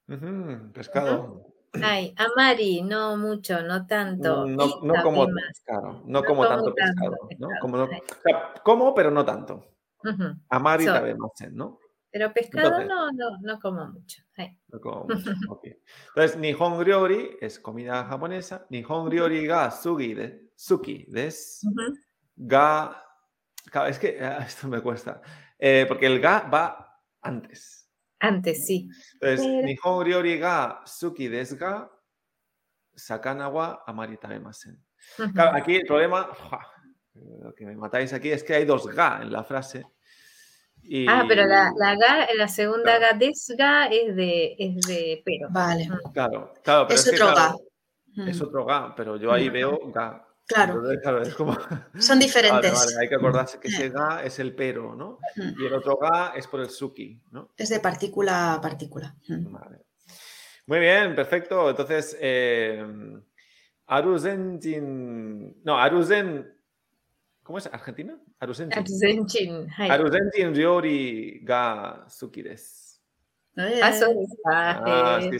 [SPEAKER 2] Ujú, pescado.
[SPEAKER 3] Ay, amari, no mucho, no tanto.
[SPEAKER 2] Mm, No,
[SPEAKER 3] y
[SPEAKER 2] no como,
[SPEAKER 3] tabemasen.
[SPEAKER 2] claro, no como tanto pescado. ¿no?
[SPEAKER 3] pescado,
[SPEAKER 2] Como, no-
[SPEAKER 3] ay.
[SPEAKER 2] o sea, como, pero no tanto.
[SPEAKER 3] Ujú.
[SPEAKER 2] Amar y
[SPEAKER 3] So-
[SPEAKER 2] tabemasen, ¿no?
[SPEAKER 3] Pero pescado
[SPEAKER 2] Entonces-
[SPEAKER 3] no, no, no como mucho. Ay,
[SPEAKER 2] No como mucho, ok. Entonces, Nihon Ryori es comida japonesa. Nihon Ryori ga sugi de, suki des.
[SPEAKER 3] ujú.
[SPEAKER 2] Ga. Claro, es que ah, esto me cuesta. Eh, porque el ga va antes.
[SPEAKER 3] Antes sí.
[SPEAKER 2] Entonces,
[SPEAKER 3] Pero-
[SPEAKER 2] Nihon ryori ga suki desu ga sakana wa amari tabemasen.
[SPEAKER 3] Ujú.
[SPEAKER 2] Claro, aquí el problema, ¡fua! lo que me matáis aquí es que hay dos ga en la frase. Y-
[SPEAKER 3] Ah, pero la, la ga, la segunda
[SPEAKER 2] Claro.
[SPEAKER 3] ga desu ga es de, es de pero.
[SPEAKER 4] Vale.
[SPEAKER 2] Claro, claro, pero
[SPEAKER 4] Es
[SPEAKER 2] es, que,
[SPEAKER 4] otro
[SPEAKER 2] claro,
[SPEAKER 4] Mm,
[SPEAKER 2] es otro ga, pero yo ahí veo ga.
[SPEAKER 4] Claro,
[SPEAKER 2] Entonces, claro, es como.
[SPEAKER 4] son
[SPEAKER 2] Vale,
[SPEAKER 4] diferentes.
[SPEAKER 2] vale, hay que acordarse que ese ga es el pero, ¿no?
[SPEAKER 4] Mm,
[SPEAKER 2] Y el otro ga es por el suki, ¿no?
[SPEAKER 4] Es de partícula a partícula. Mm.
[SPEAKER 2] Vale. Muy bien, perfecto. Entonces, eh, Aruzenjin. No, Aruzen. ¿Cómo es? ¿Argentina? Arusenchi.
[SPEAKER 3] Atsuzenchin, hai.
[SPEAKER 2] Arusenchi Ryori ga Suki desu.
[SPEAKER 4] Eh,
[SPEAKER 3] Paso de
[SPEAKER 2] Ah,
[SPEAKER 3] paje.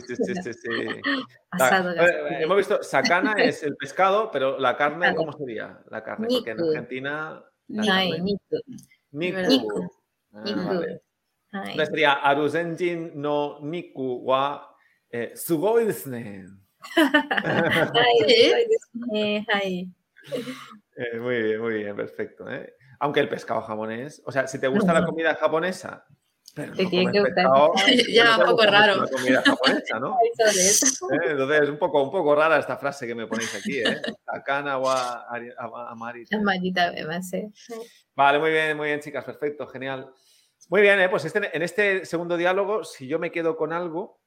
[SPEAKER 2] sí, sí, sí, sí, sí.
[SPEAKER 3] eh. Asado
[SPEAKER 2] Ah, eh,
[SPEAKER 3] gaspacho.
[SPEAKER 2] hemos visto, sakana es el pescado, pero la carne,
[SPEAKER 3] Pescado.
[SPEAKER 2] ¿cómo sería? La carne, porque en
[SPEAKER 3] Niku.
[SPEAKER 2] Argentina. la
[SPEAKER 4] Niku.
[SPEAKER 2] carne-
[SPEAKER 3] Hai, niku,
[SPEAKER 2] Niku.
[SPEAKER 4] verdad.
[SPEAKER 3] Niku.
[SPEAKER 2] Ah,
[SPEAKER 3] niku.
[SPEAKER 2] vale.
[SPEAKER 3] Hai.
[SPEAKER 2] Entonces sería Arusenjin no Niku wa eh, Sugoi desu ne.
[SPEAKER 3] Hai,
[SPEAKER 4] Sí.
[SPEAKER 3] soy de- eh, hai.
[SPEAKER 2] Eh, muy bien, muy bien, perfecto. ¿eh? Aunque el pescado japonés, o sea, si te gusta la comida japonesa, pero
[SPEAKER 3] Te
[SPEAKER 2] no
[SPEAKER 3] tiene
[SPEAKER 2] comes
[SPEAKER 3] que gustar.
[SPEAKER 2] pescado, pues
[SPEAKER 4] Ya,
[SPEAKER 2] no te
[SPEAKER 4] un poco
[SPEAKER 2] gusta mucho
[SPEAKER 4] raro.
[SPEAKER 2] La comida japonesa, ¿no?
[SPEAKER 3] Hai, soy de eso.
[SPEAKER 2] Eh, Entonces es un poco, un poco rara esta frase que me ponéis aquí, ¿eh? Sakana wa ari- ama- amari.
[SPEAKER 3] Es maldita beba, sí.
[SPEAKER 2] Vale, muy bien, muy bien, chicas, perfecto, genial. Muy bien, ¿eh? pues este- en este segundo diálogo, si yo me quedo con algo,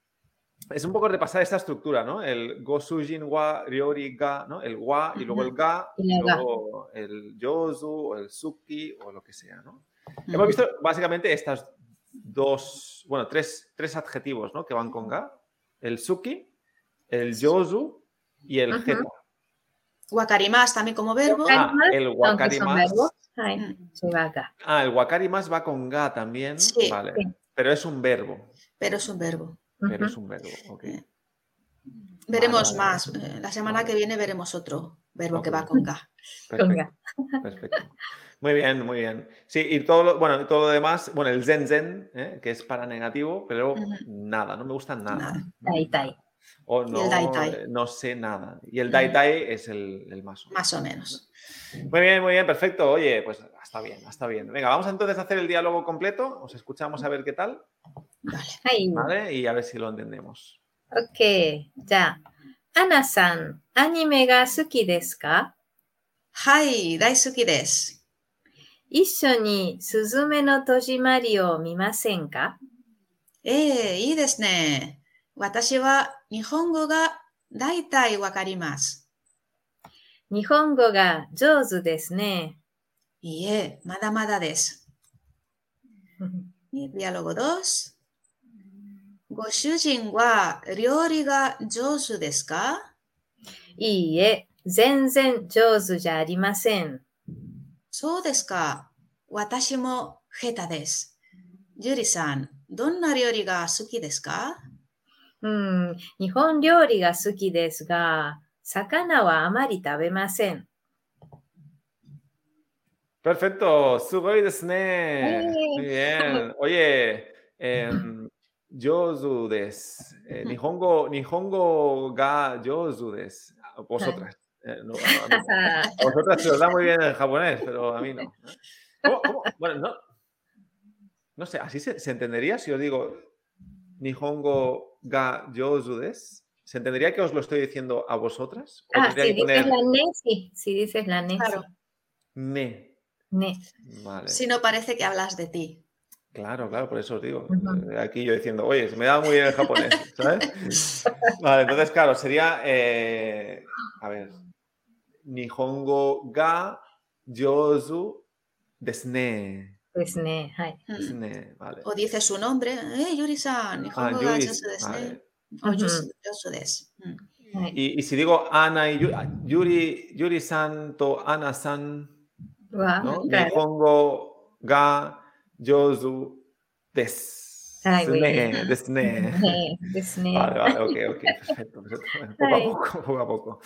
[SPEAKER 2] es un poco repasar esta estructura, ¿no? El go sujin wa ryori ga, ¿no? El wa y luego el ga,
[SPEAKER 3] Y
[SPEAKER 2] y
[SPEAKER 3] la ga.
[SPEAKER 2] luego el yozu o el suki o lo que sea, ¿no? Hemos visto básicamente estas dos, bueno, tres, tres adjetivos, ¿no? Que van con ga, el suki, el yozu y el
[SPEAKER 3] Ajá.
[SPEAKER 2] geta.
[SPEAKER 4] Guacarimas también como verbo.
[SPEAKER 3] Guacari-
[SPEAKER 2] Ah, el
[SPEAKER 3] Aunque son
[SPEAKER 2] wakarimas.
[SPEAKER 3] verbos, hai,
[SPEAKER 4] Mm,
[SPEAKER 3] se va acá.
[SPEAKER 2] Ah, el wakari más va con ga también.
[SPEAKER 4] Sí.
[SPEAKER 2] vale.
[SPEAKER 3] Sí.
[SPEAKER 2] Pero es un verbo.
[SPEAKER 4] Pero es un verbo.
[SPEAKER 2] Pero es
[SPEAKER 3] Ujú.
[SPEAKER 2] un verbo. ok.
[SPEAKER 4] Veremos
[SPEAKER 2] Vale, vale.
[SPEAKER 4] más. eh, La semana que viene veremos otro verbo que
[SPEAKER 2] Ok.
[SPEAKER 4] va con K.
[SPEAKER 3] Con
[SPEAKER 2] Perfecto,
[SPEAKER 3] ga.
[SPEAKER 2] perfecto. Muy bien, muy bien. Sí, y todo lo, bueno, todo lo demás, bueno, el zen zen, ¿eh? que es para negativo, pero
[SPEAKER 4] Ujú.
[SPEAKER 2] nada, no me gusta nada.
[SPEAKER 4] Nada.
[SPEAKER 3] Tai, tai.
[SPEAKER 2] O
[SPEAKER 4] el
[SPEAKER 2] no,
[SPEAKER 4] dai tai.
[SPEAKER 2] eh, no sé nada. Y el
[SPEAKER 4] Ujú.
[SPEAKER 2] dai tai es el, el más. o menos.
[SPEAKER 4] Más o menos.
[SPEAKER 2] Muy bien, muy bien, perfecto. Oye, pues está bien, está bien. Venga, vamos entonces a hacer el diálogo completo. Os escuchamos a ver qué tal,
[SPEAKER 4] Vale.
[SPEAKER 3] Hai.
[SPEAKER 2] ¿vale? Y a ver si lo entendemos.
[SPEAKER 3] OK。じゃあ、アナさん、アニメが好きですか
[SPEAKER 4] Hi, Daisuki des.
[SPEAKER 3] 一緒にスズメの戸締まりを見ませんか
[SPEAKER 4] Eh, y desne. Watashi wa nihongo ga daitai wakarimasu.
[SPEAKER 3] 日本語が上手ですね。
[SPEAKER 4] Ie, mada mada des. Y diálogo 2. Goshujin wa ryori ga jousu desu ka?
[SPEAKER 3] いいえ、全然上手じゃありません。
[SPEAKER 4] そうですか。私も下手です。ジュリさん、どんな料理が好きですか
[SPEAKER 3] うん、日本料理が好きですが、魚はあまり食べません。
[SPEAKER 2] Perfecto, Sugoi desu ne.
[SPEAKER 3] Eh.
[SPEAKER 2] Muy bien. Oye, em, yozu desu. Eh, nihongo, nihongo ga yozu desu. Vosotras. Eh, no, a mí no. A vosotras se os da muy bien el japonés, pero a mí no. ¿Cómo- cómo? Bueno, no. No sé, ¿así se, se entendería si os digo nihongo ga yozu desu? ¿Se entendería que os lo estoy diciendo a vosotras? ¿O
[SPEAKER 3] ah,
[SPEAKER 2] tendría
[SPEAKER 3] si
[SPEAKER 2] que poner
[SPEAKER 3] dices la ne, sí. Si dices la ne, sí.
[SPEAKER 4] Claro.
[SPEAKER 2] ne?
[SPEAKER 3] Ne.
[SPEAKER 2] Vale.
[SPEAKER 4] Si no parece que hablas de ti.
[SPEAKER 2] Claro, claro, por eso os digo.
[SPEAKER 3] Ujú.
[SPEAKER 2] Eh, Aquí yo diciendo, oye, se me da muy bien el japonés, ¿sabes? Vale, entonces, claro, sería, eh, a ver, Nihongo ga yozu desne.
[SPEAKER 3] ですね。はい。
[SPEAKER 4] Mm.
[SPEAKER 2] Desne, vale.
[SPEAKER 4] O dices su nombre. Eh, Yuri-san,
[SPEAKER 2] Ah,
[SPEAKER 4] Nihongo ga
[SPEAKER 2] yuri,
[SPEAKER 4] jousu desu
[SPEAKER 2] vale.
[SPEAKER 4] ne? O jousu jousu desu. Mm.
[SPEAKER 3] はい
[SPEAKER 2] Y, y si digo Ana y Yu- Yuri, Yuri-san to Ana-san,
[SPEAKER 3] は、
[SPEAKER 2] ¿no?
[SPEAKER 3] だから
[SPEAKER 2] Nihongo ga yozu des.
[SPEAKER 3] Ay, muy
[SPEAKER 2] Desne,
[SPEAKER 3] bien.
[SPEAKER 2] desne.
[SPEAKER 3] ねですね。
[SPEAKER 2] Vale, vale, ok, ok, perfecto, perfecto. Poco a
[SPEAKER 3] Ay.
[SPEAKER 2] poco, poco a poco.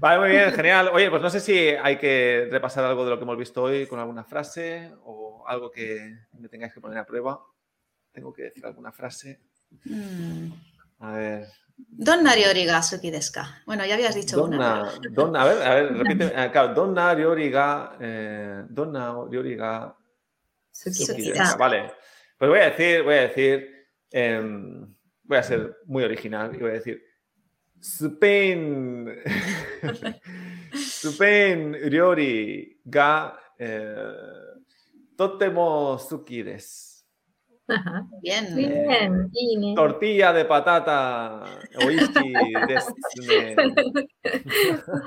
[SPEAKER 2] Vale, muy bien, genial. Oye, pues no sé si hay que repasar algo de lo que hemos visto hoy con alguna frase o algo que me tengáis que poner a prueba. Tengo que decir alguna frase.
[SPEAKER 4] Mm.
[SPEAKER 2] A ver.
[SPEAKER 4] Donna ryori ga suki desu ka? Bueno, ya habías dicho una.
[SPEAKER 2] Donna, donna, a ver, a ver, repite. ah, Claro, donna Rioriga, eh, donna Rioriga.
[SPEAKER 3] 好き
[SPEAKER 4] Suki
[SPEAKER 2] Suki
[SPEAKER 3] です
[SPEAKER 4] Suki-desu.
[SPEAKER 2] ですか
[SPEAKER 3] か
[SPEAKER 4] desu.
[SPEAKER 2] Vale. Pues voy a decir, voy a decir, em, voy a ser muy original y voy a decir Spain. Spain Ryori ga eh, totemo suki desu.
[SPEAKER 3] あ
[SPEAKER 4] Bien.
[SPEAKER 3] いいねいいね。
[SPEAKER 2] Tortilla de patata oishi desu ne.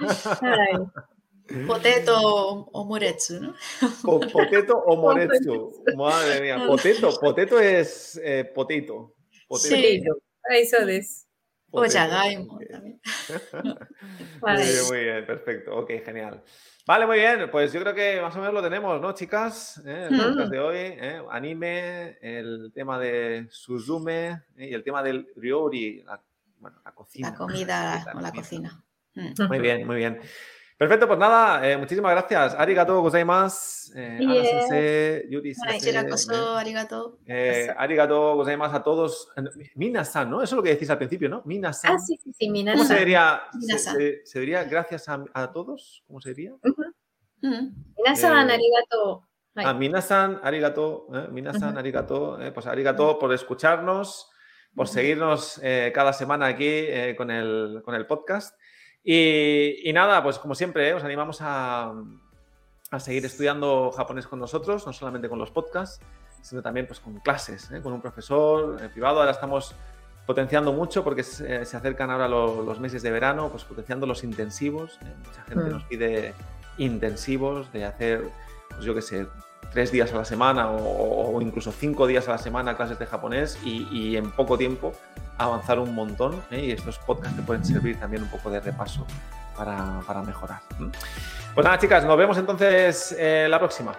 [SPEAKER 3] はい。
[SPEAKER 4] Potato omuretsu, ¿no?
[SPEAKER 2] Po- poteto o moretsu. Madre mía, poteto, poteto es eh, potato. Potato.
[SPEAKER 4] Sí.
[SPEAKER 3] はい、そうです。
[SPEAKER 4] O Yagaimo también.
[SPEAKER 2] Muy bien, muy bien, perfecto. Ok, genial. Vale, muy bien. Pues yo creo que más o menos lo tenemos, ¿no, chicas? ¿Eh? El podcast de hoy, ¿eh? anime, el tema de Suzume ¿eh? y el tema del Ryori, la, bueno, la cocina.
[SPEAKER 4] La comida o la cocina. Mm.
[SPEAKER 2] Muy bien, muy bien. Perfecto, pues nada, muchísimas gracias. Arigato gozaimasu. Eh, Ana
[SPEAKER 3] Yes.
[SPEAKER 2] sensei, Yuri sensei,
[SPEAKER 4] Ay, Shirakoso, arigato.
[SPEAKER 2] eh, arigato gozaimasu a todos. Minasan, ¿no? Eso es lo que decís al principio, ¿no? Minasan.
[SPEAKER 3] Ah, sí, sí, sí, Minasa.
[SPEAKER 2] ¿Cómo se diría? ¿Se,
[SPEAKER 4] Minasan.
[SPEAKER 2] se- se diría gracias a, a todos? ¿Cómo se diría?
[SPEAKER 4] Mm.
[SPEAKER 3] Minasan,
[SPEAKER 2] Eh,
[SPEAKER 3] arigato. Ay.
[SPEAKER 2] Ah, minasan, arigato, eh, minasan,
[SPEAKER 3] Ujú.
[SPEAKER 2] arigato, eh, pues arigato por escucharnos, por seguirnos eh, cada semana aquí eh, con, el, con el podcast. Y, y nada, pues como siempre, eh, os animamos a, a seguir estudiando japonés con nosotros, no solamente con los podcasts, sino también pues con clases, eh, con un profesor eh, privado. Ahora estamos potenciando mucho porque se, se acercan ahora lo- los meses de verano, pues potenciando los intensivos. eh, mucha gente
[SPEAKER 3] Mm.
[SPEAKER 2] nos pide intensivos de hacer pues yo qué sé, tres días a la semana o, o incluso cinco días a la semana clases de japonés y, y en poco tiempo avanzar un montón. ¿eh? Y estos podcasts te pueden servir también un poco de repaso para, para mejorar. ¿eh? Pues nada, chicas, nos vemos entonces eh, la próxima.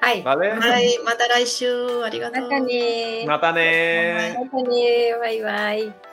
[SPEAKER 3] Ay,
[SPEAKER 2] ¿Vale?
[SPEAKER 4] Matai- Mataraishu, arigato.
[SPEAKER 3] Matane.
[SPEAKER 2] Matane.
[SPEAKER 3] Matane, bye bye.